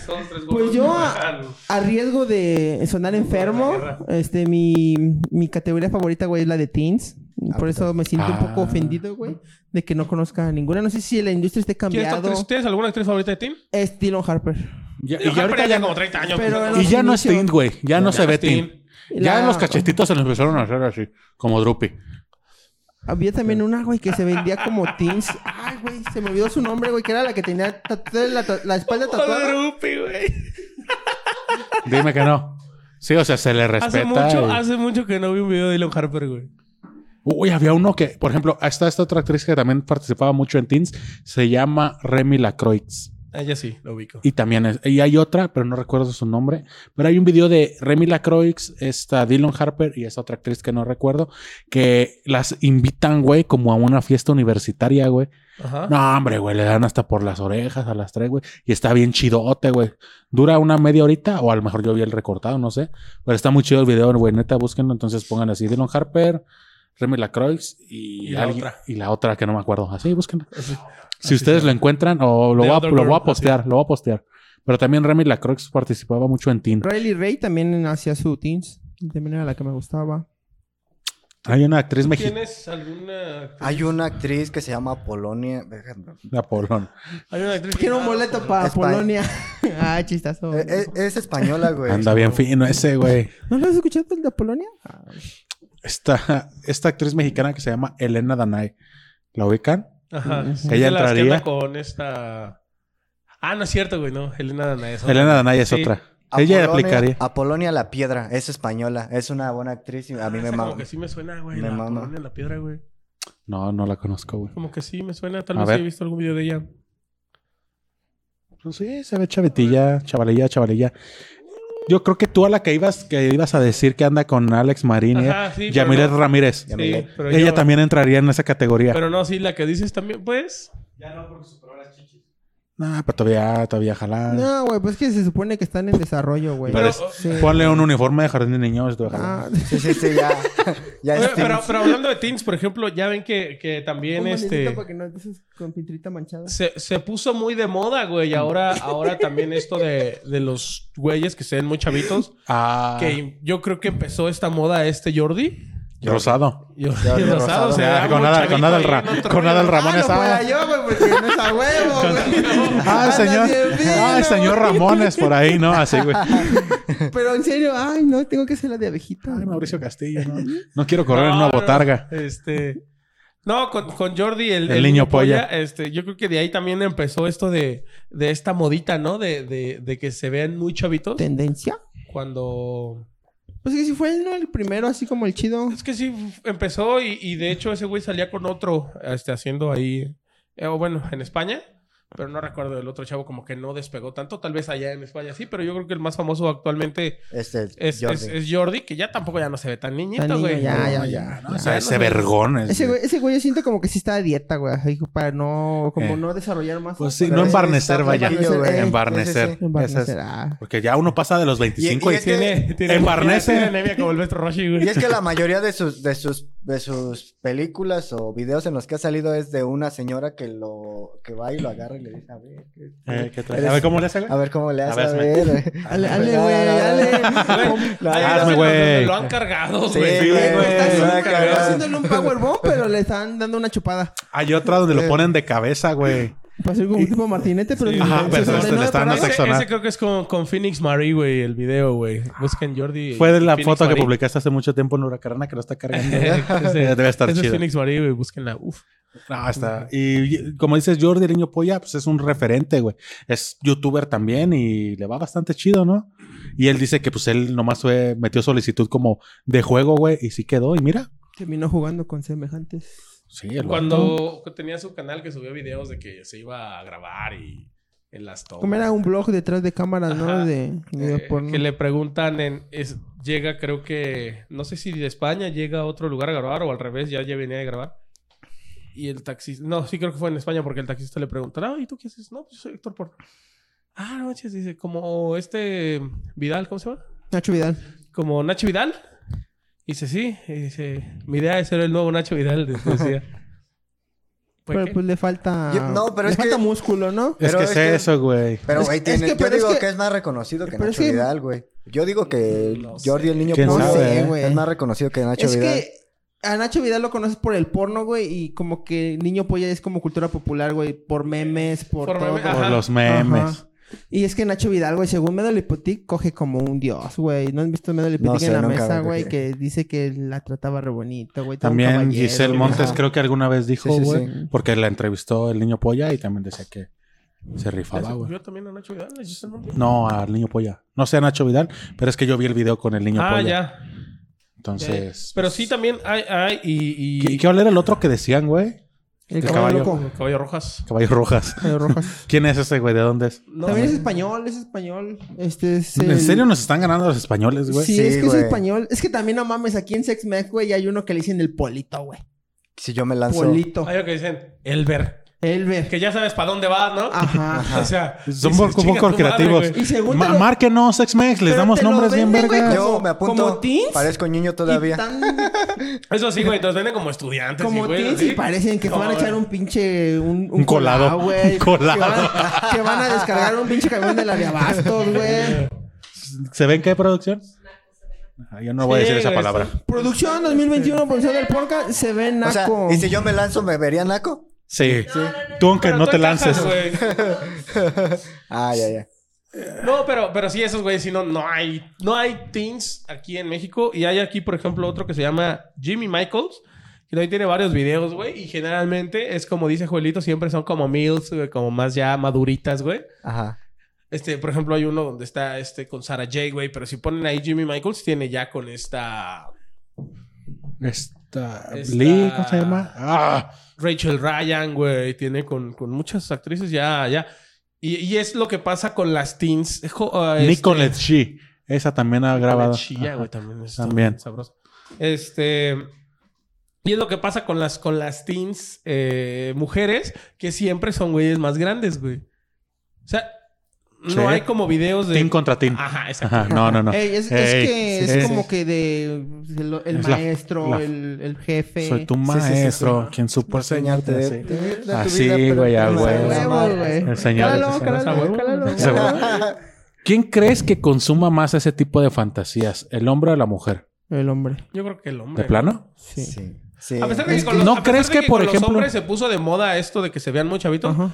Speaker 5: somos tres gordos
Speaker 3: Pues yo-
Speaker 5: que trabajan.
Speaker 3: A riesgo de sonar enfermo, este, mi, mi categoría favorita, güey, es la de teens. Por eso me siento un poco
Speaker 2: Ah.
Speaker 3: ofendido, güey, de que no conozca a ninguna. No sé si la industria esté
Speaker 5: ¿Quién es tu
Speaker 3: cambiado.
Speaker 5: actriz? ¿Tienes alguna actriz favorita de Tim?
Speaker 3: Es Dylan Harper.
Speaker 2: Ya-
Speaker 5: Yo
Speaker 2: y ya ahorita ya
Speaker 5: como
Speaker 2: no,
Speaker 5: 30 años.
Speaker 3: Pero
Speaker 5: pues,
Speaker 3: no-
Speaker 2: y ya no es
Speaker 3: inicio.
Speaker 2: Tint, güey. Ya no, se
Speaker 5: es
Speaker 2: ve
Speaker 5: teen.
Speaker 2: Tint. Ya
Speaker 3: La-
Speaker 2: los cachetitos se lo empezaron a hacer así, como Droopy.
Speaker 3: Había también una, güey, que se vendía como teens. Ay, güey, se me olvidó su nombre, güey, que era la que tenía tatu- la, ta- la espalda tatuada.
Speaker 5: Joder, Upi, güey.
Speaker 2: Dime que no. Sí, o sea, se le respeta.
Speaker 5: Hace mucho,
Speaker 2: y-
Speaker 5: hace mucho que no vi un video de Elon Harper, güey.
Speaker 2: Uy, había uno que, por ejemplo, está esta otra actriz que también participaba mucho en Teens, se llama Remy Lacroix.
Speaker 5: Ah, ya sí, lo ubico.
Speaker 2: Y también es, y hay otra, pero no recuerdo su nombre, pero hay un video de Remy Lacroix, esta Dylan Harper y esta otra actriz que no recuerdo, que las invitan, güey, como a una fiesta universitaria, güey.
Speaker 5: Ajá.
Speaker 2: No, hombre, güey, le dan hasta por las orejas a las tres, güey. Y está bien chidote, güey. Dura una media horita, o a lo mejor yo vi el recortado, no sé. Pero está muy chido el video, güey. Neta, búsquenlo. Entonces pongan así Dylan Harper, Remy Lacroix y,
Speaker 5: Y la
Speaker 2: alguien-
Speaker 5: otra.
Speaker 2: y la otra que no me acuerdo. Así, búsquenlo.
Speaker 5: Así.
Speaker 2: Si ustedes
Speaker 5: sí.
Speaker 2: lo encuentran, o lo
Speaker 5: The
Speaker 2: voy, a,
Speaker 5: Other
Speaker 2: lo voy a
Speaker 5: Girl, así.
Speaker 2: postear, lo voy a postear. Pero también Remy Lacroix participaba mucho en Tinder.
Speaker 3: Riley Ray también hacía su teens. También era la que me gustaba.
Speaker 2: Hay una actriz mexicana.
Speaker 5: ¿Tienes alguna actriz?
Speaker 4: Hay una actriz que se llama Polonia. déjame-
Speaker 2: Polón.
Speaker 5: Hay una actriz que
Speaker 3: Quiero un
Speaker 5: nada,
Speaker 3: boleto
Speaker 5: por-
Speaker 3: para
Speaker 4: España.
Speaker 3: Polonia. ah, chistazo.
Speaker 4: Eh, eh, Es, española, güey.
Speaker 2: Anda bien fino ese, güey.
Speaker 3: ¿No lo has escuchado el de Polonia? Ah,
Speaker 2: Esta, esta actriz mexicana que se llama Elena Danay. ¿La ubican?
Speaker 5: Ajá.
Speaker 3: Que
Speaker 5: Sí,
Speaker 2: ella
Speaker 5: de las que
Speaker 2: entraría.
Speaker 5: anda con esta. Ah, no es cierto, güey, no. Elena Danay es otra.
Speaker 2: Elena Danay es
Speaker 5: Sí.
Speaker 2: otra.
Speaker 4: A
Speaker 2: Ella le
Speaker 4: Polonia-
Speaker 2: aplicaría.
Speaker 4: A Polonia la piedra. Es española. Es una buena actriz. y A mí
Speaker 5: Ah,
Speaker 4: me
Speaker 5: esa
Speaker 4: mama.
Speaker 5: Como que sí me suena, güey.
Speaker 4: Me
Speaker 5: la
Speaker 4: mama.
Speaker 5: Polonia, la piedra, güey.
Speaker 2: No, no la conozco, güey.
Speaker 5: Como que sí me suena. Tal
Speaker 2: A
Speaker 5: vez
Speaker 2: ver.
Speaker 5: he visto algún video de ella.
Speaker 2: Pues sí, se ve chavetilla, chavalilla, chavalilla. Yo creo que tú a la que ibas, que ibas a decir que anda con Alex Marín, y
Speaker 5: Ajá, sí. pero
Speaker 2: Yamilet
Speaker 5: no.
Speaker 2: Ramírez.
Speaker 5: Sí,
Speaker 4: Yamilet.
Speaker 5: pero
Speaker 2: Ella
Speaker 5: yo-
Speaker 2: también entraría en esa categoría.
Speaker 5: Pero no, sí, la que dices también, pues.
Speaker 2: No, pero todavía, todavía jalada.
Speaker 3: No, güey, pues es que se supone que están en desarrollo, güey. Pues,
Speaker 2: Pero- oh,
Speaker 3: Sí.
Speaker 2: Ponle un uniforme de jardín de niños. todavía jalada.
Speaker 3: Ah,
Speaker 4: Sí, sí, sí, ya. ya
Speaker 5: Oye,
Speaker 4: es
Speaker 5: pero,
Speaker 4: teens.
Speaker 5: pero hablando de teens, por ejemplo, ya ven que, que
Speaker 3: un
Speaker 5: también
Speaker 3: este...
Speaker 5: este
Speaker 3: para que no empieces con pintrita manchada.
Speaker 5: se, se puso muy de moda, güey. Y ahora, ahora también esto de, de los güeyes que se ven muy chavitos.
Speaker 2: Ah,
Speaker 5: Que yo creo que empezó esta moda este Jordi.
Speaker 2: rosado.
Speaker 5: Yo,
Speaker 4: Jordi
Speaker 5: Rosado,
Speaker 4: Rosado.
Speaker 5: se
Speaker 2: Ah,
Speaker 5: veía
Speaker 2: con
Speaker 5: muy
Speaker 2: nada,
Speaker 5: chavito
Speaker 2: con nada el
Speaker 5: ahí
Speaker 2: ra-
Speaker 5: en otro
Speaker 2: con nada el
Speaker 5: rollo.
Speaker 2: Ramón
Speaker 3: ah, no
Speaker 2: estaba.
Speaker 3: fuera yo, güey, porque no es a huevo, güey.
Speaker 2: Ah,
Speaker 3: Andas
Speaker 2: señor.
Speaker 3: bien fino,
Speaker 2: Ah, el señor
Speaker 3: güey.
Speaker 2: Ramones por ahí, ¿no? Así, güey.
Speaker 3: Pero en serio, ay, no, tengo que ser la de abejita.
Speaker 4: Ah,
Speaker 2: Ay,
Speaker 3: güey.
Speaker 2: Mauricio Castillo, ¿no? No quiero correr en
Speaker 5: No,
Speaker 2: una
Speaker 5: no,
Speaker 2: botarga.
Speaker 5: Este. No, con, con Jordi, el,
Speaker 2: El niño polla.
Speaker 5: Este, yo creo que de ahí también empezó esto de, de esta modita, ¿no? De, de, de que se vean muy chavitos.
Speaker 3: ¿Tendencia?
Speaker 5: Cuando.
Speaker 3: Pues que si fue él, ¿no? El primero, así como el chido.
Speaker 5: Es que sí, empezó y, y de hecho ese güey salía con otro, este, haciendo ahí, eh, o bueno, en España, pero no recuerdo el otro chavo como que no despegó tanto, tal vez allá en España sí, pero yo creo que el más famoso actualmente
Speaker 4: Este,
Speaker 5: es es-
Speaker 4: Jordi.
Speaker 5: es Jordi, que ya tampoco ya no se ve tan niñito,
Speaker 3: niño,
Speaker 5: güey.
Speaker 3: ya,
Speaker 5: No,
Speaker 3: ya,
Speaker 2: Ya, ¿no? O
Speaker 5: ya
Speaker 2: sea,
Speaker 5: no
Speaker 2: ese
Speaker 5: sé.
Speaker 2: vergón. es-
Speaker 3: Ese güey, ese güey yo siento como que sí está a dieta, güey. así Para no, como
Speaker 2: Eh.
Speaker 3: no desarrollar más.
Speaker 2: Pues sí,
Speaker 4: Pero
Speaker 2: no
Speaker 4: ese
Speaker 2: embarnecer,
Speaker 4: está
Speaker 2: vaya.
Speaker 4: flaquillo, güey.
Speaker 2: Embarnecer.
Speaker 4: Sí, sí,
Speaker 2: Esa es-
Speaker 3: Embarnecer, ah.
Speaker 2: Porque ya uno pasa de los 25 y,
Speaker 4: Y- y es que-
Speaker 5: Tiene, tiene
Speaker 2: Embarnece.
Speaker 5: tiene anemia como el Maestro Roshi, güey.
Speaker 4: Y es que la mayoría de sus, de sus de sus películas o videos en los que ha salido es de una señora que lo que va y lo agarra y le dice, a ver, ¿qué-
Speaker 2: Eh, ¿qué tal?
Speaker 4: Eres-
Speaker 2: a ver cómo le hace, güey.
Speaker 4: a ver cómo le hace,
Speaker 2: A
Speaker 4: a
Speaker 2: ver,
Speaker 4: ver.
Speaker 3: Ale,
Speaker 4: No,
Speaker 3: ale,
Speaker 4: no,
Speaker 3: güey,
Speaker 4: no,
Speaker 3: ale.
Speaker 4: no,
Speaker 5: Ay,
Speaker 4: no,
Speaker 2: hazme,
Speaker 5: no sé,
Speaker 2: güey.
Speaker 5: Lo han cargado,
Speaker 4: Sí,
Speaker 5: güey.
Speaker 4: güey,
Speaker 2: Pues,
Speaker 3: Está
Speaker 4: güey,
Speaker 5: lo han
Speaker 4: está
Speaker 5: cargado.
Speaker 4: cagado.
Speaker 3: haciéndole un powerbomb, pero le están dando una chupada.
Speaker 2: Hay otra donde
Speaker 4: Eh.
Speaker 2: lo ponen de cabeza, güey.
Speaker 3: Para ser como un tipo martinete, pero...
Speaker 5: Sí.
Speaker 3: sin-
Speaker 5: Ajá,
Speaker 3: sin
Speaker 5: pero este le
Speaker 3: 69
Speaker 2: está dando
Speaker 3: paradas.
Speaker 5: Ese,
Speaker 2: sexo, ¿no? Ah.
Speaker 5: ese creo que es con, con Phoenix Marie, güey, el video, güey. Busquen Jordi.
Speaker 2: Fue de la
Speaker 5: Phoenix
Speaker 2: foto que
Speaker 5: Marie.
Speaker 2: publicaste hace mucho tiempo en Huracarana que lo está cargando.
Speaker 5: Ese-
Speaker 2: Debe estar
Speaker 5: ese es
Speaker 2: chido.
Speaker 5: Phoenix Marie, güey. Búsquenla. Uf.
Speaker 2: No, está. Y y como dices, Jordi, el niño polla, pues es un referente, güey. Es youtuber también y le va bastante chido, ¿no? Y él dice que pues él nomás fue, metió solicitud como de juego, güey, y sí quedó. Y mira.
Speaker 3: Terminó jugando con semejantes.
Speaker 2: Sí, el vato.
Speaker 5: Cuando tenía su canal que subía videos de que se iba a grabar y en las tomas.
Speaker 3: Como era un blog detrás de cámaras,
Speaker 5: Oh. Ajá.
Speaker 3: ¿no? De... de
Speaker 5: Eh,
Speaker 3: porno.
Speaker 5: que le preguntan en es- llega creo que no sé si de España llega a otro lugar a grabar o al revés ya ya venía de grabar y el taxista no sí creo que fue en España porque el taxista le pregunta ah y tú qué haces no pues yo soy actor por ah no manches dice como este Vidal cómo se llama
Speaker 3: Nacho Vidal.
Speaker 5: como Nacho Vidal y dice sí y dice mi idea es ser el nuevo Nacho Vidal decía Pues,
Speaker 3: Pero
Speaker 5: ¿qué?
Speaker 3: pues le falta...
Speaker 4: Yo- no, pero
Speaker 3: le
Speaker 4: es que-
Speaker 3: falta músculo, ¿no?
Speaker 2: Es
Speaker 4: Pero
Speaker 2: que
Speaker 4: es
Speaker 2: es
Speaker 4: que-
Speaker 2: eso, güey.
Speaker 4: Pero
Speaker 3: Es-
Speaker 4: güey,
Speaker 3: es
Speaker 4: tiene-
Speaker 3: que-
Speaker 4: yo
Speaker 3: pero es
Speaker 4: digo
Speaker 3: que-
Speaker 4: que es más reconocido que
Speaker 3: pero es
Speaker 4: Nacho
Speaker 3: que-
Speaker 4: Vidal, güey. Yo digo que
Speaker 5: No
Speaker 4: Jordi
Speaker 5: sé.
Speaker 4: el niño
Speaker 2: ¿Quién
Speaker 4: polla
Speaker 2: sabe?
Speaker 4: es-
Speaker 3: Sí, güey.
Speaker 4: eh? es más reconocido que Nacho
Speaker 3: es
Speaker 4: Vidal.
Speaker 3: que a Nacho Vidal lo conoces por el porno, güey, y como que Niño Polla es como cultura popular, güey, por memes, por,
Speaker 5: Por
Speaker 3: todo.
Speaker 5: meme-
Speaker 2: Por
Speaker 5: Ajá.
Speaker 2: los memes.
Speaker 3: Ajá. Y es que Nacho Vidal, güey, según Medo Lipotic, coge como un dios, güey. ¿No han visto Medo Lipotic
Speaker 4: sé,
Speaker 3: en la
Speaker 4: nunca,
Speaker 3: mesa,
Speaker 4: güey,
Speaker 3: güey?
Speaker 4: creo
Speaker 3: Que dice que la trataba re bonito, güey. todo un
Speaker 2: También
Speaker 3: caballero,
Speaker 2: Giselle
Speaker 3: güey.
Speaker 2: Montes
Speaker 3: Ajá.
Speaker 2: creo que alguna vez dijo,
Speaker 4: Sí, sí,
Speaker 2: güey,
Speaker 4: sí.
Speaker 2: porque la entrevistó el niño polla y también decía que se rifaba,
Speaker 5: Eso,
Speaker 2: güey.
Speaker 5: yo también a Nacho Vidal a Giselle Montes.
Speaker 2: No, al niño polla. No sé a Nacho Vidal, pero es que yo vi el video con el niño
Speaker 5: ah
Speaker 2: polla.
Speaker 5: ya
Speaker 2: Entonces.
Speaker 5: pero sí también hay hay y, y-
Speaker 2: ¿Y qué hablar el otro que decían, güey?
Speaker 3: El,
Speaker 2: El
Speaker 3: caballo,
Speaker 2: caballo.
Speaker 3: loco.
Speaker 5: Caballo Rojas.
Speaker 2: Caballos Rojas.
Speaker 3: Caballo Rojas.
Speaker 2: ¿Quién es ese, güey? ¿De dónde es?
Speaker 5: No,
Speaker 3: También es
Speaker 5: güey.
Speaker 3: español, es español. Este es el-
Speaker 2: ¿En serio nos están ganando los españoles, güey?
Speaker 3: Sí,
Speaker 4: Sí,
Speaker 3: es que
Speaker 4: güey.
Speaker 3: es español. Es que también, no mames, aquí en Sex Mex, güey, hay uno que le dicen el Polito, güey.
Speaker 4: Si yo me lanzo.
Speaker 3: Polito.
Speaker 5: Hay lo que dicen, Elber.
Speaker 3: Elber.
Speaker 5: Que ya sabes para dónde vas, ¿no?
Speaker 3: Ajá.
Speaker 5: O sea,
Speaker 2: Son
Speaker 5: dices,
Speaker 2: poco,
Speaker 5: "Chinga
Speaker 2: poco
Speaker 5: tu madre,
Speaker 2: creativos.
Speaker 5: güey".
Speaker 3: Y según
Speaker 2: Ma-
Speaker 3: te lo-
Speaker 2: márquenos, X-Mex. Les
Speaker 3: Pero
Speaker 2: damos
Speaker 3: te lo
Speaker 2: nombres bien
Speaker 3: venden, güey,
Speaker 2: verga.
Speaker 4: Yo me
Speaker 3: ¿Como
Speaker 4: apunto.
Speaker 3: teens?
Speaker 4: Parezco niño
Speaker 3: Y
Speaker 4: todavía.
Speaker 3: tan
Speaker 5: Eso sí, güey, te los venden como estudiantes.
Speaker 3: como
Speaker 5: y, güey,
Speaker 3: teens
Speaker 5: así.
Speaker 3: y parecen que te van a
Speaker 5: No,
Speaker 3: echar un pinche... Un, un
Speaker 2: colado.
Speaker 3: güey.
Speaker 2: Un colado.
Speaker 3: Que van, que van a descargar un pinche camión de la de abastos, güey.
Speaker 2: ¿Se ven qué producción? Ah, Yo no voy a
Speaker 5: Sí,
Speaker 2: decir esa
Speaker 5: güey,
Speaker 2: palabra.
Speaker 5: sí.
Speaker 3: Producción 2021, producción del podcast, se ve
Speaker 4: O sea,
Speaker 3: naco.
Speaker 4: y si yo me lanzo, ¿me vería naco?
Speaker 2: Sí. Tú aunque
Speaker 5: Pero
Speaker 2: no
Speaker 5: tú
Speaker 2: te
Speaker 5: encajas,
Speaker 2: lances.
Speaker 5: güey.
Speaker 4: Ah, ya, ya.
Speaker 5: No, pero, pero sí, esos güeyes, si no, no hay, no hay teens aquí en México. Y hay aquí, por ejemplo, otro que se llama Jimmy Michaels. Que hoy tiene varios videos, güey. Y generalmente es como dice Juelito, siempre son como meals, güey, como más ya maduritas, güey.
Speaker 4: Ajá.
Speaker 5: Este, por ejemplo, hay uno donde está este con Sarah J, güey, pero si ponen ahí Jimmy Michaels, tiene ya con esta
Speaker 2: Esta...
Speaker 5: Esta-
Speaker 2: Lee, ¿cómo se llama? Ah,
Speaker 5: Rachel Ryan, güey, tiene con, con muchas actrices ya, ya. Y, y es lo que pasa con las teens. Jo- ah, este-
Speaker 2: Nicolette Shee. Esa también ha
Speaker 5: Nicolette
Speaker 2: grabado.
Speaker 5: Shea,
Speaker 2: Ajá.
Speaker 5: güey, también es
Speaker 2: También.
Speaker 5: también sabroso. Este. Y es lo que pasa con las, con las teens eh, mujeres, que siempre son güeyes más grandes, güey. O sea, no
Speaker 2: Sí.
Speaker 5: hay como videos de.
Speaker 2: Teen contra teen.
Speaker 5: Ajá, exacto.
Speaker 2: Ajá, no, no, no.
Speaker 3: Ey, es, es
Speaker 2: Ey,
Speaker 3: que
Speaker 2: sí,
Speaker 3: es
Speaker 2: sí,
Speaker 3: como
Speaker 2: sí.
Speaker 3: que de... El, el
Speaker 2: Es la-
Speaker 3: maestro,
Speaker 2: la-
Speaker 3: el, el jefe.
Speaker 2: Soy tu
Speaker 4: sí, sí, sí.
Speaker 2: maestro. ¿Quién supo enseñarte? así?
Speaker 4: Enseñarte de- de- de tu
Speaker 2: Así,
Speaker 4: vida, pero
Speaker 2: güey, a
Speaker 4: tú no
Speaker 2: huevo.
Speaker 4: sabes,
Speaker 3: Huevo,
Speaker 4: madre.
Speaker 3: güey.
Speaker 2: El señor de
Speaker 3: Cálalo,
Speaker 2: ese-
Speaker 3: cálalo, cálalo.
Speaker 2: Ese huevo. ¿Quién crees que consuma más ese tipo de fantasías? ¿El hombre o la mujer?
Speaker 3: El hombre.
Speaker 5: Yo creo que el hombre.
Speaker 2: ¿De plano?
Speaker 3: Sí.
Speaker 4: Sí. Sí.
Speaker 5: A pesar de que
Speaker 2: Es
Speaker 5: con
Speaker 2: que
Speaker 5: los,
Speaker 2: Eh, ¿no
Speaker 5: a pesar
Speaker 2: crees
Speaker 5: de
Speaker 2: que, por
Speaker 5: con los
Speaker 2: ejemplo-
Speaker 5: hombres se puso de moda esto de que se vean muy chavitos?
Speaker 3: Ajá.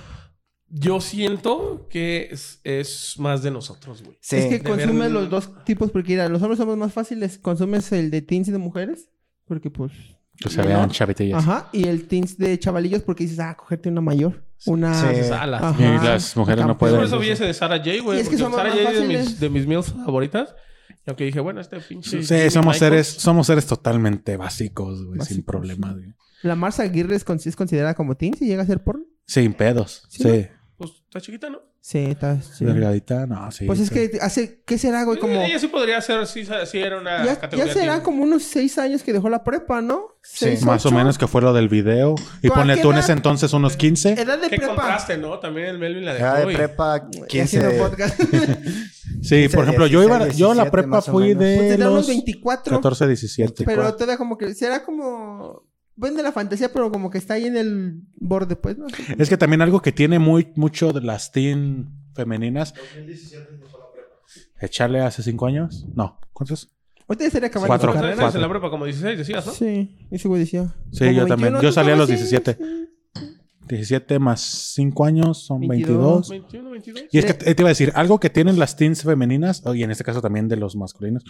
Speaker 5: Yo siento que es, es más de nosotros, güey.
Speaker 4: Sí.
Speaker 3: Es que
Speaker 5: de ver-
Speaker 3: consumes los dos tipos, porque mira, los hombres somos más fáciles. Consumes el de teens y de mujeres, porque pues.
Speaker 2: Que se vean chavitillas.
Speaker 3: Ajá, y el teens de chavalillos, porque dices, ah, cogerte una mayor. Una.
Speaker 4: Sí.
Speaker 2: Eh,
Speaker 5: Esas alas.
Speaker 3: Ajá.
Speaker 2: Y las mujeres no
Speaker 5: Yo
Speaker 2: pueden.
Speaker 5: Por eso vi ese de Sarah J, güey.
Speaker 3: Y es que
Speaker 5: porque
Speaker 3: somos
Speaker 5: Sarah
Speaker 3: más
Speaker 5: J es de mis,
Speaker 3: fáciles.
Speaker 5: de mis meals favoritas. Y aunque dije, bueno, este pinche.
Speaker 2: Sí,
Speaker 5: Jimmy
Speaker 2: somos seres,
Speaker 5: Michaels-
Speaker 2: somos seres totalmente básicos, güey, sin
Speaker 3: Básicos,
Speaker 2: problemas, güey.
Speaker 3: La Marcia Aguirre es, con- es considerada como teens y llega a ser porno.
Speaker 2: Sin pedos. Sí.
Speaker 3: Sí, ¿no?
Speaker 5: Pues está chiquita, ¿no?
Speaker 3: Sí, está. sí.
Speaker 2: Delgadita, no, sí.
Speaker 3: Pues es
Speaker 2: sí.
Speaker 3: que hace. ¿Qué será, güey? Como.
Speaker 5: Ella sí podría ser, sí, sí era una
Speaker 3: Ya, ya
Speaker 5: categoría.
Speaker 3: será
Speaker 5: teen.
Speaker 3: como unos seis años que dejó la prepa, ¿no?
Speaker 4: Sí.
Speaker 3: Seis,
Speaker 2: Más o
Speaker 3: ocho.
Speaker 2: menos que fue lo del video. Y
Speaker 3: ¿Tú a
Speaker 2: ponle
Speaker 3: qué
Speaker 2: tú en
Speaker 3: edad?
Speaker 2: ese entonces unos 15.
Speaker 3: Edad de
Speaker 5: Qué
Speaker 3: prepa.
Speaker 5: contraste, ¿no? También el Melvin la dejó.
Speaker 4: Ya de
Speaker 5: y-
Speaker 4: prepa,
Speaker 3: Y haciendo
Speaker 4: 15.
Speaker 3: podcast.
Speaker 2: Sí, por ejemplo, yo iba, yo a la
Speaker 4: 16,
Speaker 2: prepa
Speaker 4: más o
Speaker 2: fui
Speaker 4: menos.
Speaker 3: Pues
Speaker 2: de
Speaker 3: tendrá unos
Speaker 2: los
Speaker 3: 24.
Speaker 2: 14, 17.
Speaker 3: Pero todavía como que será como. Bueno, de la fantasía, pero como que está ahí en el borde, pues, ¿no?
Speaker 2: Es que también algo que tiene muy mucho de las teen femeninas. Echarle hace cinco años. No, ¿cuántos?
Speaker 3: Ahorita ya sería acabar
Speaker 2: Cuatro.
Speaker 3: la carrera.
Speaker 5: Carreras en la prepa como 16, decías, ¿no?
Speaker 3: Sí, ese güey decía.
Speaker 2: Sí,
Speaker 3: Como
Speaker 2: yo también.
Speaker 3: 21,
Speaker 2: Yo
Speaker 3: ¿tú
Speaker 2: salí a
Speaker 3: cómo
Speaker 2: los
Speaker 3: así?
Speaker 2: 17. 17 más 5 años son 22.
Speaker 3: 22.
Speaker 5: 21, 22.
Speaker 2: Y es que te te iba a decir, algo que tienen las teens femeninas, oh, y en este caso también de los masculinos,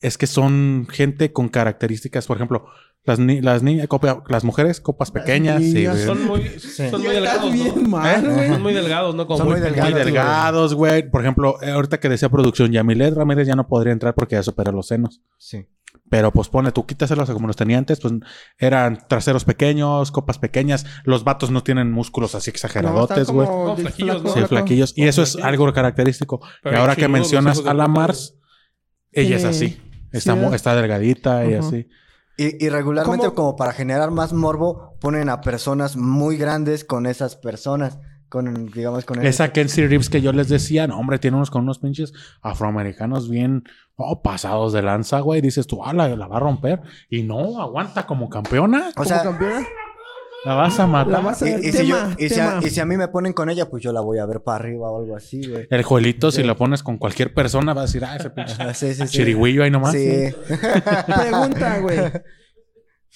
Speaker 2: es que son gente con características, por ejemplo, las, ni- las niñas, copa- las mujeres, copas pequeñas, sí,
Speaker 3: niñas
Speaker 2: güey.
Speaker 5: Son muy, son muy delgados,
Speaker 3: Estás bien
Speaker 5: ¿no?
Speaker 3: mal, güey.
Speaker 5: Son muy delgados, ¿no? Como
Speaker 4: Son muy
Speaker 5: pequeños.
Speaker 2: muy
Speaker 4: delgados, güey.
Speaker 2: delgados, güey. Por ejemplo, eh, ahorita que decía producción, Yamilet Ramírez ya no podría entrar porque ya supera los senos.
Speaker 4: Sí.
Speaker 2: Pero pues pone, tú quítaselos a como los tenía antes, pues eran traseros pequeños, copas pequeñas, los vatos no tienen músculos así exageradotes, güey.
Speaker 5: No, flaquillos,
Speaker 2: Sí,
Speaker 5: flaco.
Speaker 2: flaquillos. Y
Speaker 5: Como
Speaker 2: eso es
Speaker 5: flaquillos.
Speaker 2: algo característico.
Speaker 5: Pero
Speaker 2: y ahora
Speaker 5: bien
Speaker 2: que
Speaker 5: chinudos,
Speaker 2: mencionas
Speaker 5: los hijos
Speaker 2: a
Speaker 5: de
Speaker 2: la
Speaker 5: puta,
Speaker 2: Mars, ella es
Speaker 3: Sí.
Speaker 2: así. Está,
Speaker 3: Sí,
Speaker 2: mu-
Speaker 3: ¿verdad?
Speaker 2: está delgadita y
Speaker 3: Ajá.
Speaker 2: así.
Speaker 4: Y, y regularmente,
Speaker 3: ¿Cómo?
Speaker 4: como para generar más morbo, ponen a personas muy grandes con esas personas. Con, digamos, con esas-
Speaker 2: Esa Kenzie Reeves que yo les decía, no, hombre, tiene unos con unos pinches afroamericanos bien oh, pasados de lanza, güey. Dices tú, ah, la, la va a romper. Y no, aguanta como campeona.
Speaker 4: O sea,
Speaker 3: campeona,
Speaker 2: La vas a matar.
Speaker 3: la vas a
Speaker 4: y,
Speaker 3: ver.
Speaker 4: y
Speaker 3: tema,
Speaker 4: si yo- y si a,
Speaker 3: tema.
Speaker 4: y si a mí me ponen con ella, pues yo la voy a ver para arriba o algo así, güey.
Speaker 2: El juelito, si lo pones con cualquier persona, vas a decir, ah, ese pinche
Speaker 4: Sí, sí, sí.
Speaker 2: chirigüillo ahí nomás.
Speaker 4: Sí.
Speaker 3: Pregunta, güey.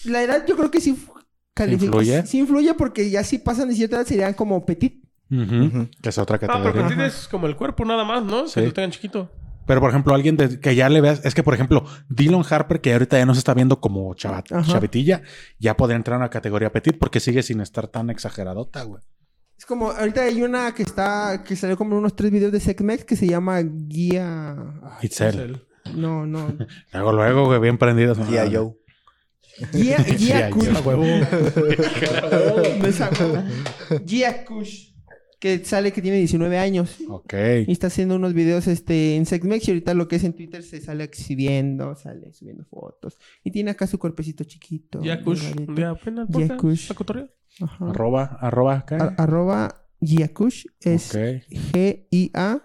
Speaker 3: La edad yo creo que sí fu- califica.
Speaker 2: ¿Influye?
Speaker 3: Sí influye porque ya si pasan de cierta edad serían como petit.
Speaker 2: Ujú,
Speaker 4: Ujú.
Speaker 2: Que es otra
Speaker 5: Ah, pero
Speaker 2: categoría.
Speaker 5: que tienes como el cuerpo nada más, ¿no?
Speaker 2: Sí.
Speaker 5: Que lo tengan chiquito.
Speaker 2: Pero, por ejemplo, alguien de- que ya le veas, es que, por ejemplo, Dylan Harper, que ahorita ya no se está viendo como chava-
Speaker 3: Ajá.
Speaker 2: chavitilla, ya podría entrar en la categoría petit porque sigue sin estar tan exageradota, güey.
Speaker 3: Es como, ahorita hay una que está, que salió como en unos tres videos de Sexmex que se llama Guía.
Speaker 2: Itzel.
Speaker 5: Él.
Speaker 3: No, no.
Speaker 2: Luego, luego, güey, bien prendido.
Speaker 4: Tía Joe.
Speaker 3: Guía,
Speaker 2: Guía
Speaker 3: guía Kush.
Speaker 2: Kush.
Speaker 3: No es a huevo. Gia Kush. Que sale que tiene 19 años.
Speaker 2: Ok.
Speaker 3: Y está haciendo unos videos este, en Sexmex y ahorita lo que es en Twitter se sale exhibiendo, sale subiendo fotos. Y tiene acá su cuerpecito chiquito.
Speaker 5: Yakush.
Speaker 3: delgadito.
Speaker 5: De apenas.
Speaker 3: Ya Kush.
Speaker 5: La cotorrea.
Speaker 3: Ajá.
Speaker 2: Arroba, arroba acá.
Speaker 3: Ar- arroba Giakush Ah, es
Speaker 2: Ok.
Speaker 3: G-I-A,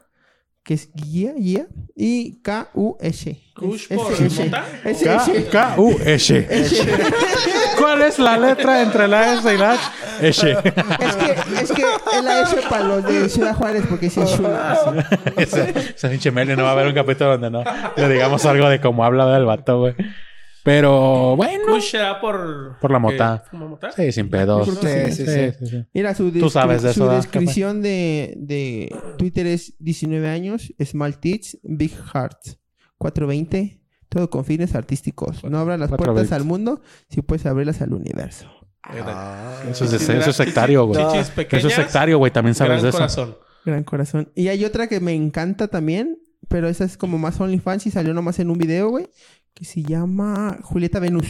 Speaker 3: que es guía, guía, y K-U-S.
Speaker 5: Kush
Speaker 3: Es-
Speaker 5: por
Speaker 3: es- es-
Speaker 5: mota.
Speaker 3: es-
Speaker 2: K-
Speaker 3: es-
Speaker 2: K-U-S. ¿Cuál es la letra entre la S y la H? S.
Speaker 3: Es que, es que es la S para los de Ciudad Juárez, porque sí
Speaker 2: Oh.
Speaker 3: es chula.
Speaker 2: Ese ese pinche Meli no va a haber un capítulo donde no le digamos algo de cómo habla del vato, güey. Pero bueno.
Speaker 5: Kush será por.
Speaker 2: Por la mota.
Speaker 5: ¿Qué? ¿Fuma mota?
Speaker 2: Sí, sin pedos.
Speaker 3: Yo creo
Speaker 4: que sí. Sí,
Speaker 2: sí.
Speaker 3: Mira, su,
Speaker 2: Tú sabes de
Speaker 3: su
Speaker 2: eso, ¿eh? ¿verdad,
Speaker 3: descripción de, de Twitter es 19 años, Small Tits, Big Heart, 420, todo con fines artísticos. No abras las
Speaker 2: 420.
Speaker 3: puertas al mundo si puedes abrirlas al universo.
Speaker 4: Ah,
Speaker 2: Eso es, eso es sectario, güey.
Speaker 5: Chichis
Speaker 2: Eso es
Speaker 5: Eh, pequeñas,
Speaker 2: sectario, güey. También sabes
Speaker 5: gran
Speaker 2: de eso.
Speaker 5: corazón.
Speaker 3: Gran corazón. Y hay otra que me encanta también, pero esa es como más OnlyFans y salió nomás en un video, güey, que se llama Julieta Venus.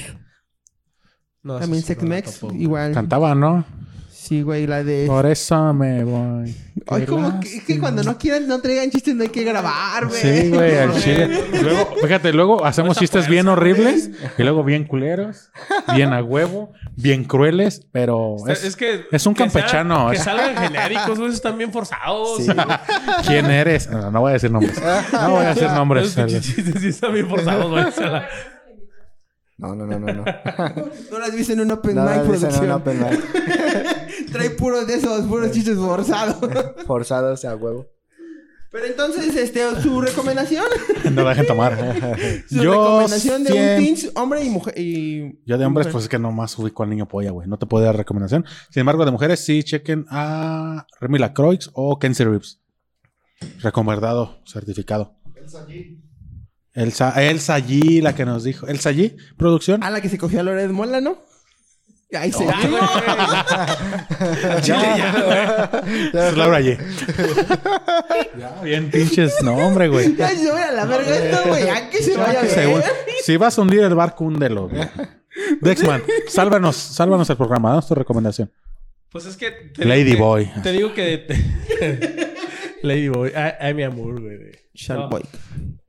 Speaker 5: No,
Speaker 3: También
Speaker 5: eso Ah, sí, no, no,
Speaker 3: Sexmex,
Speaker 5: tampoco.
Speaker 3: igual.
Speaker 2: Cantaba, ¿no?
Speaker 3: Sí, güey, la de...
Speaker 2: Por eso me voy.
Speaker 3: Ay,
Speaker 2: Qué
Speaker 3: como que, es que cuando no quieran, no traigan chistes, no hay que grabar, güey.
Speaker 2: Sí, güey, al
Speaker 5: No,
Speaker 2: chile. Luego, fíjate, luego hacemos
Speaker 5: Esa
Speaker 2: chistes
Speaker 5: fuerza,
Speaker 2: bien horribles y luego bien culeros, bien a huevo, bien crueles, pero
Speaker 5: O sea,
Speaker 2: es,
Speaker 5: Es que.
Speaker 2: es un
Speaker 5: que sea-
Speaker 2: campechano.
Speaker 5: Que
Speaker 2: es-
Speaker 5: salgan genéricos, güey, están bien forzados.
Speaker 4: Sí.
Speaker 2: ¿Quién eres? No, no voy a decir nombres. No voy a decir nombres.
Speaker 5: Esos pinches chistes sí están bien forzados, güey. O sea, la-
Speaker 4: No, no, no, no. No,
Speaker 3: No las viste en un open
Speaker 4: no,
Speaker 3: mic,
Speaker 4: no, dicen
Speaker 3: producción.
Speaker 4: un open mic.
Speaker 3: Trae puros de esos, puros chistes forzados.
Speaker 4: Forzados a huevo.
Speaker 3: Pero entonces, este, su recomendación,
Speaker 2: No dejen tomar.
Speaker 3: su recomendación de un teens, hombre y mujer. Y...
Speaker 2: Yo de hombres,
Speaker 3: mujer.
Speaker 2: pues es que nomás ubico al niño polla, güey. No te puedo dar recomendación. Sin embargo, de mujeres sí chequen a Remy Lacroix o Kenzie Reeves. Recomendado, certificado. Elsa G. Elsa, G, la que nos dijo. Elsa G, producción.
Speaker 3: A la que se cogió a Loret Mola, ¿no? Ahí se
Speaker 5: Ya, güey.
Speaker 2: Es Laura G. ya, bien pinches. No, hombre, güey.
Speaker 3: Ya se vaya a la verga esto, güey. Ya que se vaya a
Speaker 2: Se-
Speaker 3: ver.
Speaker 2: si vas a hundir el barco, húndelo. güey. Dexman, sálvanos, sálvanos el programa. Danos tu recomendación.
Speaker 5: Pues es que. te-
Speaker 2: Ladyboy.
Speaker 5: te- Te digo que. te- Ladyboy. Ay, mi amor, güey. güey. No.
Speaker 3: Sharkboy.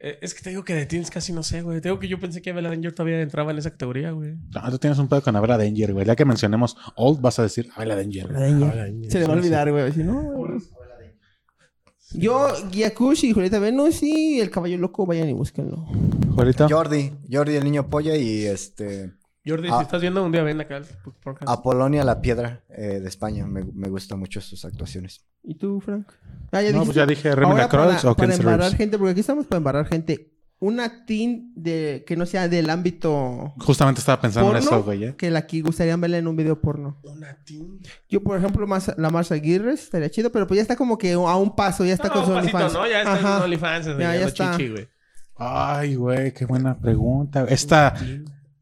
Speaker 5: Eh, Es que te digo que de teens casi no sé, güey. Te digo que yo pensé que Abel Danger todavía entraba en esa categoría, güey.
Speaker 2: No, Ah, tú tienes un pedo con Abela Danger, güey. Ya que mencionemos Old, vas a decir Abela Danger.
Speaker 3: Se le va a olvidar, güey. Si no, güey. Yo, Guiacush y Julieta Venus y el caballo loco, vayan y búsquenlo.
Speaker 2: Juanito.
Speaker 4: Jordi, Jordi el niño polla y este
Speaker 5: Jordi,
Speaker 4: Ah.
Speaker 5: si estás viendo un día, ven acá. al podcast.
Speaker 4: Apolonia la Piedra eh, de España. Me, me gustan mucho sus actuaciones.
Speaker 3: ¿Y tú, Frank?
Speaker 2: No,
Speaker 3: Ah, dijiste.
Speaker 2: pues ya dije Remy
Speaker 3: Ahora para,
Speaker 2: Lacroix o
Speaker 3: para
Speaker 2: Ken
Speaker 3: embarrar
Speaker 2: Reeves.
Speaker 3: gente, porque aquí estamos para embarrar gente. Una teen de, que no sea del ámbito
Speaker 2: Justamente estaba pensando en eso,
Speaker 3: porno,
Speaker 2: güey. ¿eh?
Speaker 3: que la que gustaría verla en un video porno.
Speaker 5: Una tinta.
Speaker 3: Yo, por ejemplo, más, la Marcia Aguirre estaría chido, pero pues ya está como que a un paso, ya está
Speaker 5: No,
Speaker 3: con su
Speaker 5: Ah, un pasito,
Speaker 3: OnlyFans.
Speaker 5: ¿no? Ya está
Speaker 3: Ajá.
Speaker 5: en OnlyFans.
Speaker 3: Ya, ya
Speaker 5: Ya,
Speaker 3: está.
Speaker 5: Chichi, güey.
Speaker 2: Ay, güey, qué buena pregunta. Esta,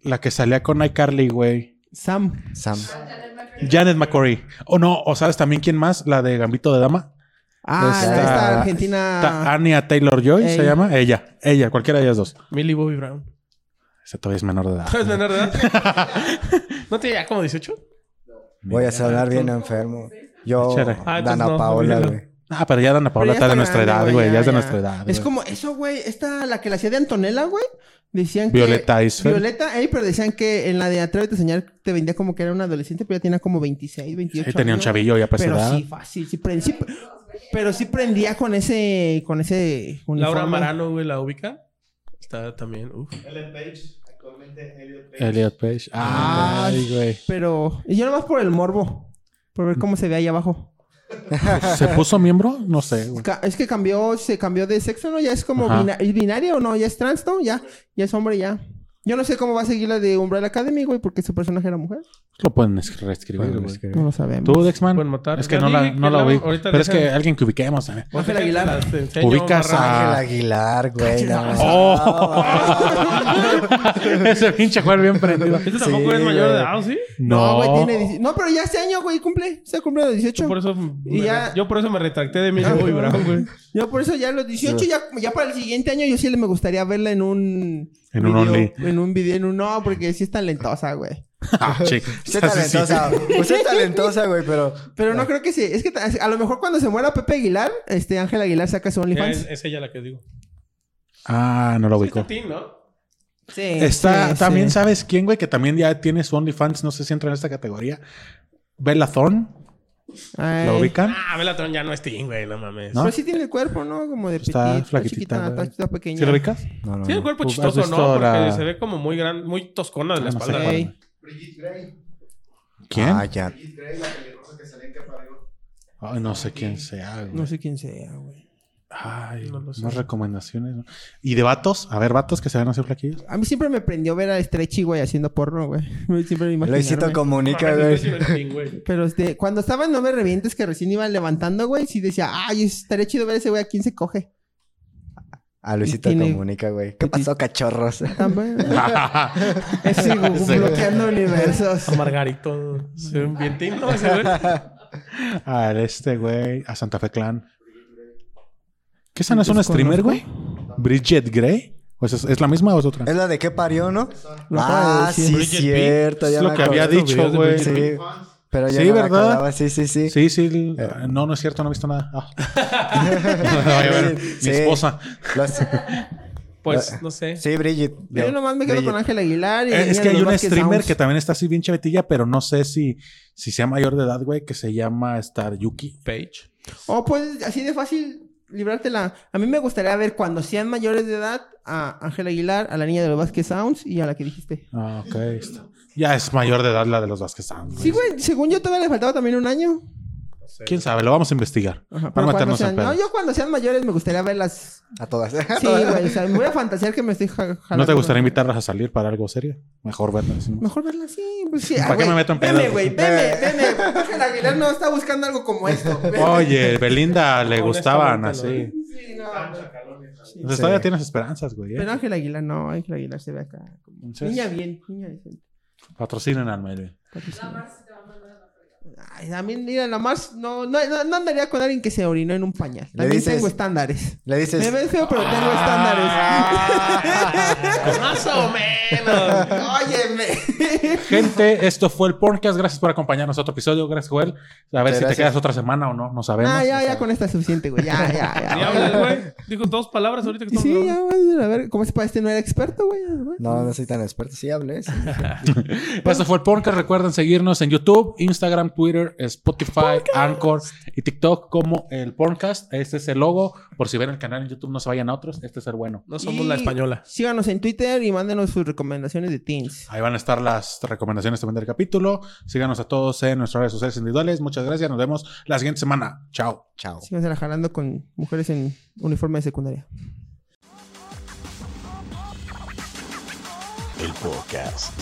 Speaker 2: la que salía con iCarly, güey.
Speaker 3: Sam.
Speaker 4: Sam.
Speaker 2: Janet McCurry. O no, o sabes también quién más, la de Gambito de Dama.
Speaker 3: Ah, la-
Speaker 2: Esta-
Speaker 3: esta, argentina.
Speaker 2: Ta- ah, Anya Taylor Joy se
Speaker 3: Ah. Ey.
Speaker 2: llama. Ella, ella, cualquiera de ellas dos.
Speaker 5: Millie Bobby Brown.
Speaker 2: Esa todavía es menor de edad.
Speaker 5: ¿Sabes menor de edad? ¿No tiene ya como 18?
Speaker 4: Voy a sonar bien enfermo. Yo,
Speaker 2: Échale.
Speaker 5: Ah, entonces
Speaker 4: Dana
Speaker 5: no,
Speaker 4: Paola,
Speaker 5: olvídalo.
Speaker 4: güey.
Speaker 2: Ah, pero ya Dana
Speaker 3: Pero
Speaker 2: Paula
Speaker 3: ya
Speaker 2: está de
Speaker 3: está
Speaker 2: nuestra
Speaker 3: grande,
Speaker 2: edad, güey. Ya es de
Speaker 3: ya.
Speaker 2: nuestra edad.
Speaker 3: Es
Speaker 2: güey.
Speaker 3: como eso, güey. Esta, la que la hacía de Antonella, güey. Decían
Speaker 2: Violeta
Speaker 3: que...
Speaker 2: Isfeld.
Speaker 3: Violeta, ey, pero decían que en la de Atrévete a Soñar te vendía como que era una adolescente, pero ya tenía como 26, 28
Speaker 2: Sí, tenía un pues,
Speaker 3: años.
Speaker 2: chavillo ya para esa
Speaker 3: Pero
Speaker 2: edad.
Speaker 3: sí, fácil. Sí, prend- sí- pero sí prendía con ese... Con ese
Speaker 5: Laura
Speaker 3: uniforme.
Speaker 5: Marano, güey, la ubica. Está también, uf.
Speaker 6: Ellen Page, actualmente Elliot Page.
Speaker 2: Elliot Page. Ay, güey.
Speaker 3: Pero... Y yo nomás por el morbo. Por ver cómo se ve ahí abajo.
Speaker 2: ¿Se puso miembro? No sé, güey.
Speaker 3: Ca- Es que cambió... Se cambió de sexo, ¿no? Ya es como...
Speaker 2: Ajá.
Speaker 3: bina- ¿Es binario o no? ¿Ya es trans, no? Ya. Ya es hombre, ya. Yo no sé cómo va a seguir la de Umbrella Academy, güey, porque su personaje era mujer.
Speaker 2: Lo pueden es- reescribir,
Speaker 4: Bueno,
Speaker 2: güey.
Speaker 4: es que-
Speaker 3: No lo sabemos.
Speaker 2: ¿Tú, Dexman?
Speaker 5: Pues, Pueden matar.
Speaker 2: Es que
Speaker 5: Ya
Speaker 2: no la,
Speaker 5: dije
Speaker 2: no
Speaker 5: que
Speaker 2: la
Speaker 5: no,
Speaker 2: ubico.
Speaker 5: ahorita
Speaker 2: Pero es que
Speaker 5: dejan-
Speaker 2: alguien que ubiquemos. ¿eh?
Speaker 5: Ángel Aguilar.
Speaker 2: Ubicas a-
Speaker 4: Pues Ángel
Speaker 2: Ah.
Speaker 4: Aguilar, güey. no mames.
Speaker 2: Ese pinche juego bien prendido.
Speaker 5: Este tampoco
Speaker 4: Sí,
Speaker 5: es mayor de
Speaker 4: güey.
Speaker 5: edad, ¿sí?
Speaker 3: No, güey, tiene... dieci- No, pero ya este año, güey, cumple. Se cumple los 18.
Speaker 5: Yo por eso,
Speaker 3: Y
Speaker 5: me-
Speaker 3: ya-
Speaker 5: yo por eso me retracté de Millie Bobby Brown, güey.
Speaker 3: Yo por eso ya a los 18,
Speaker 4: Sí.
Speaker 3: ya, ya para el siguiente año, yo sí le me gustaría verla en un...
Speaker 2: En un only.
Speaker 3: En un video, en un... No, porque sí es talentosa, güey.
Speaker 2: Ah, chica.
Speaker 4: Usted es talentosa. Usted es talentosa, güey, pero...
Speaker 3: Pero
Speaker 2: Ah.
Speaker 3: no creo que sí. Es que ta- a lo mejor cuando se muera Pepe Aguilar, este Ángel Aguilar saca su
Speaker 5: Es,
Speaker 3: OnlyFans.
Speaker 5: es ella la que digo.
Speaker 2: Ah, no lo
Speaker 5: Es
Speaker 2: ubico.
Speaker 5: Tim, ¿no?
Speaker 3: Sí.
Speaker 2: Está,
Speaker 3: sí,
Speaker 2: también
Speaker 3: sí.
Speaker 2: sabes quién, güey, que también ya tiene su OnlyFans, no sé si entra en esta categoría. Bella Thorne,
Speaker 3: Ay.
Speaker 2: ¿la ubican?
Speaker 5: Ah, Belatron ya no es Tim, güey, no mames.
Speaker 2: ¿No?
Speaker 3: Pero Pues sí tiene el cuerpo, ¿no? Como de
Speaker 2: Está
Speaker 3: petit,
Speaker 2: flaquitita,
Speaker 3: chiquita,
Speaker 2: güey.
Speaker 3: está chiquita pequeña.
Speaker 2: ¿Sí la ubicas?
Speaker 4: No, no,
Speaker 5: Tiene el
Speaker 4: no.
Speaker 5: cuerpo
Speaker 2: ¿Has
Speaker 5: chistoso,
Speaker 2: visto
Speaker 5: ¿no? Porque
Speaker 2: la-
Speaker 5: se ve como muy gran, muy toscona de la
Speaker 2: Ah, no
Speaker 5: espalda.
Speaker 2: sé.
Speaker 5: güey.
Speaker 3: Ey.
Speaker 6: Brigitte Grey.
Speaker 2: ¿Quién?
Speaker 4: Ah, ya.
Speaker 6: Brigitte Grey, la pelirroja que salía en Caparagón.
Speaker 2: Ay, no sé quién sea, güey.
Speaker 3: No sé quién sea, güey.
Speaker 2: Ay,
Speaker 5: No lo sé.
Speaker 2: más recomendaciones. ¿no? ¿Y de vatos? A ver, vatos que se van a hacer flaquillos.
Speaker 3: A mí siempre me prendió ver a Stretchy, güey, haciendo porno, güey. Siempre me imaginaba.
Speaker 4: Luisito Comunica,
Speaker 5: Mames, ese sí
Speaker 4: güey.
Speaker 5: no es Tim, güey.
Speaker 3: Pero este, cuando estaba en No Me Revientes, que recién iban levantando, güey, sí decía, ay, estaría chido ver a ese güey a quién se coge.
Speaker 4: A Ah, Luisito
Speaker 3: Tiene-
Speaker 4: Comunica, güey. ¿Qué pasó, cachorros?
Speaker 3: También. Ese güey,
Speaker 2: Ese güey.
Speaker 3: bloqueando universos.
Speaker 5: A Margarito. Se ve bien Tim, ¿no? Ese güey.
Speaker 2: A este, güey. A Santa Fe Clan. ¿Qué esa no es una
Speaker 3: Desconozco.
Speaker 2: streamer, güey? ¿Bridget Grey? ¿O es, es la misma o es otra?
Speaker 4: Es la de qué parió, ¿no?
Speaker 3: Lo acaba de
Speaker 4: Ah,
Speaker 3: decir.
Speaker 4: sí,
Speaker 5: Bridget
Speaker 4: cierto.
Speaker 2: Es
Speaker 4: ya
Speaker 2: lo
Speaker 4: me
Speaker 2: que había
Speaker 4: acordé.
Speaker 5: esos
Speaker 2: dicho,
Speaker 5: videos de
Speaker 2: güey.
Speaker 5: Bridget
Speaker 4: Sí, pero ya
Speaker 2: Sí,
Speaker 4: no me
Speaker 2: ¿verdad?
Speaker 4: acordaba. Sí, sí, sí.
Speaker 2: Sí, sí. el- no, no es cierto, no he visto nada. Ah. Vaya a ver,
Speaker 4: Sí.
Speaker 2: Mi esposa.
Speaker 4: Los-
Speaker 5: Pues, no sé.
Speaker 4: Sí, Bridget.
Speaker 3: Yo nomás me quedo
Speaker 4: Bridget.
Speaker 3: con Ángel Aguilar y
Speaker 2: Eh, es
Speaker 3: Daniel
Speaker 2: que hay
Speaker 3: Los
Speaker 2: una
Speaker 3: Vázquez
Speaker 2: streamer
Speaker 3: Downs.
Speaker 2: que también está así bien chavetilla, pero no sé si, si sea mayor de edad, güey, que se llama Star Yuki.
Speaker 5: Page.
Speaker 3: O pues así de fácil librártela. A mí me gustaría ver cuando sean mayores de edad a Ángel Aguilar, a la niña de los Vázquez Sounds y a la que dijiste.
Speaker 2: Ah, ok. está. Ya es mayor de edad la de los Vázquez Sanz, güey.
Speaker 3: Sí, güey, según yo todavía le faltaba también un año.
Speaker 2: ¿Quién sabe? Lo vamos a investigar.
Speaker 3: Ajá,
Speaker 2: Para
Speaker 3: pero cuando
Speaker 2: meternos en
Speaker 3: sean,
Speaker 2: pedo.
Speaker 3: no, yo cuando sean mayores me gustaría verlas.
Speaker 4: A todas.
Speaker 3: Sí, güey, o sea, me voy a fantasear que me estoy ja-
Speaker 2: ¿No te
Speaker 3: jalando-
Speaker 2: gustaría invitarlas a salir para algo serio? Mejor verlas. ¿no?
Speaker 3: Mejor verla así. Pues, sí.
Speaker 2: ¿Para
Speaker 3: Ah,
Speaker 2: qué me
Speaker 3: güey,
Speaker 2: meto en
Speaker 3: Veme,
Speaker 2: pedos? Eh.
Speaker 3: güey. Veme, veme. Ángel Aguilar no está buscando algo como esto. Veme.
Speaker 2: Oye, Belinda le
Speaker 5: Honestamente,
Speaker 2: gustaban
Speaker 5: no.
Speaker 2: así.
Speaker 3: Sí, no, güey.
Speaker 2: Entonces todavía tienes esperanzas, güey. ¿eh?
Speaker 3: Pero Ángel Aguilar no. Ángel Aguilar se ve acá. como-
Speaker 2: Entonces-
Speaker 3: Niña bien. Niña decente.
Speaker 2: Patrocinen al Melvin.
Speaker 3: Ay, también, mira, la Mars no, no, no, no andaría con alguien que se orinó en un pañal.
Speaker 4: Le
Speaker 3: También
Speaker 4: dices-
Speaker 3: tengo estándares.
Speaker 4: Le
Speaker 3: Me
Speaker 4: dices.
Speaker 3: ves feo, pero tengo
Speaker 2: "Ah".
Speaker 3: estándares.
Speaker 5: Más o menos.
Speaker 3: Óyeme.
Speaker 2: Gente, esto fue el podcast. Gracias por acompañarnos a otro episodio. Gracias, Joel. A ver si te
Speaker 4: Gracias.
Speaker 2: quedas otra semana o no. No sabemos.
Speaker 3: Ah, ya, ya con esta es suficiente, güey. Ya, ya, ya.
Speaker 5: Ni hablas, güey. Dijo dos palabras ahorita que
Speaker 3: Y
Speaker 5: estamos
Speaker 3: Sí,
Speaker 5: hablando.
Speaker 3: ya, güey. A ver, ¿cómo se para este no era experto, güey? güey.
Speaker 4: No, no soy tan experto. Sí, hables.
Speaker 2: Esto fue el podcast. Recuerden seguirnos en YouTube, Instagram, Instagram, Twitter, Spotify, Anchor y TikTok como el Porncast. Este es el logo. Por si ven el canal en YouTube, no se vayan a otros. Este es el bueno.
Speaker 5: No somos la
Speaker 3: Y
Speaker 5: española.
Speaker 3: Síganos en Twitter y mándenos sus recomendaciones de teens.
Speaker 2: Ahí van a estar las recomendaciones también del capítulo. Síganos a todos en nuestras redes sociales individuales. Muchas gracias. Nos vemos la siguiente semana. Chao.
Speaker 4: Chao.
Speaker 3: Síganos jalando con mujeres en uniforme de secundaria.
Speaker 1: El podcast.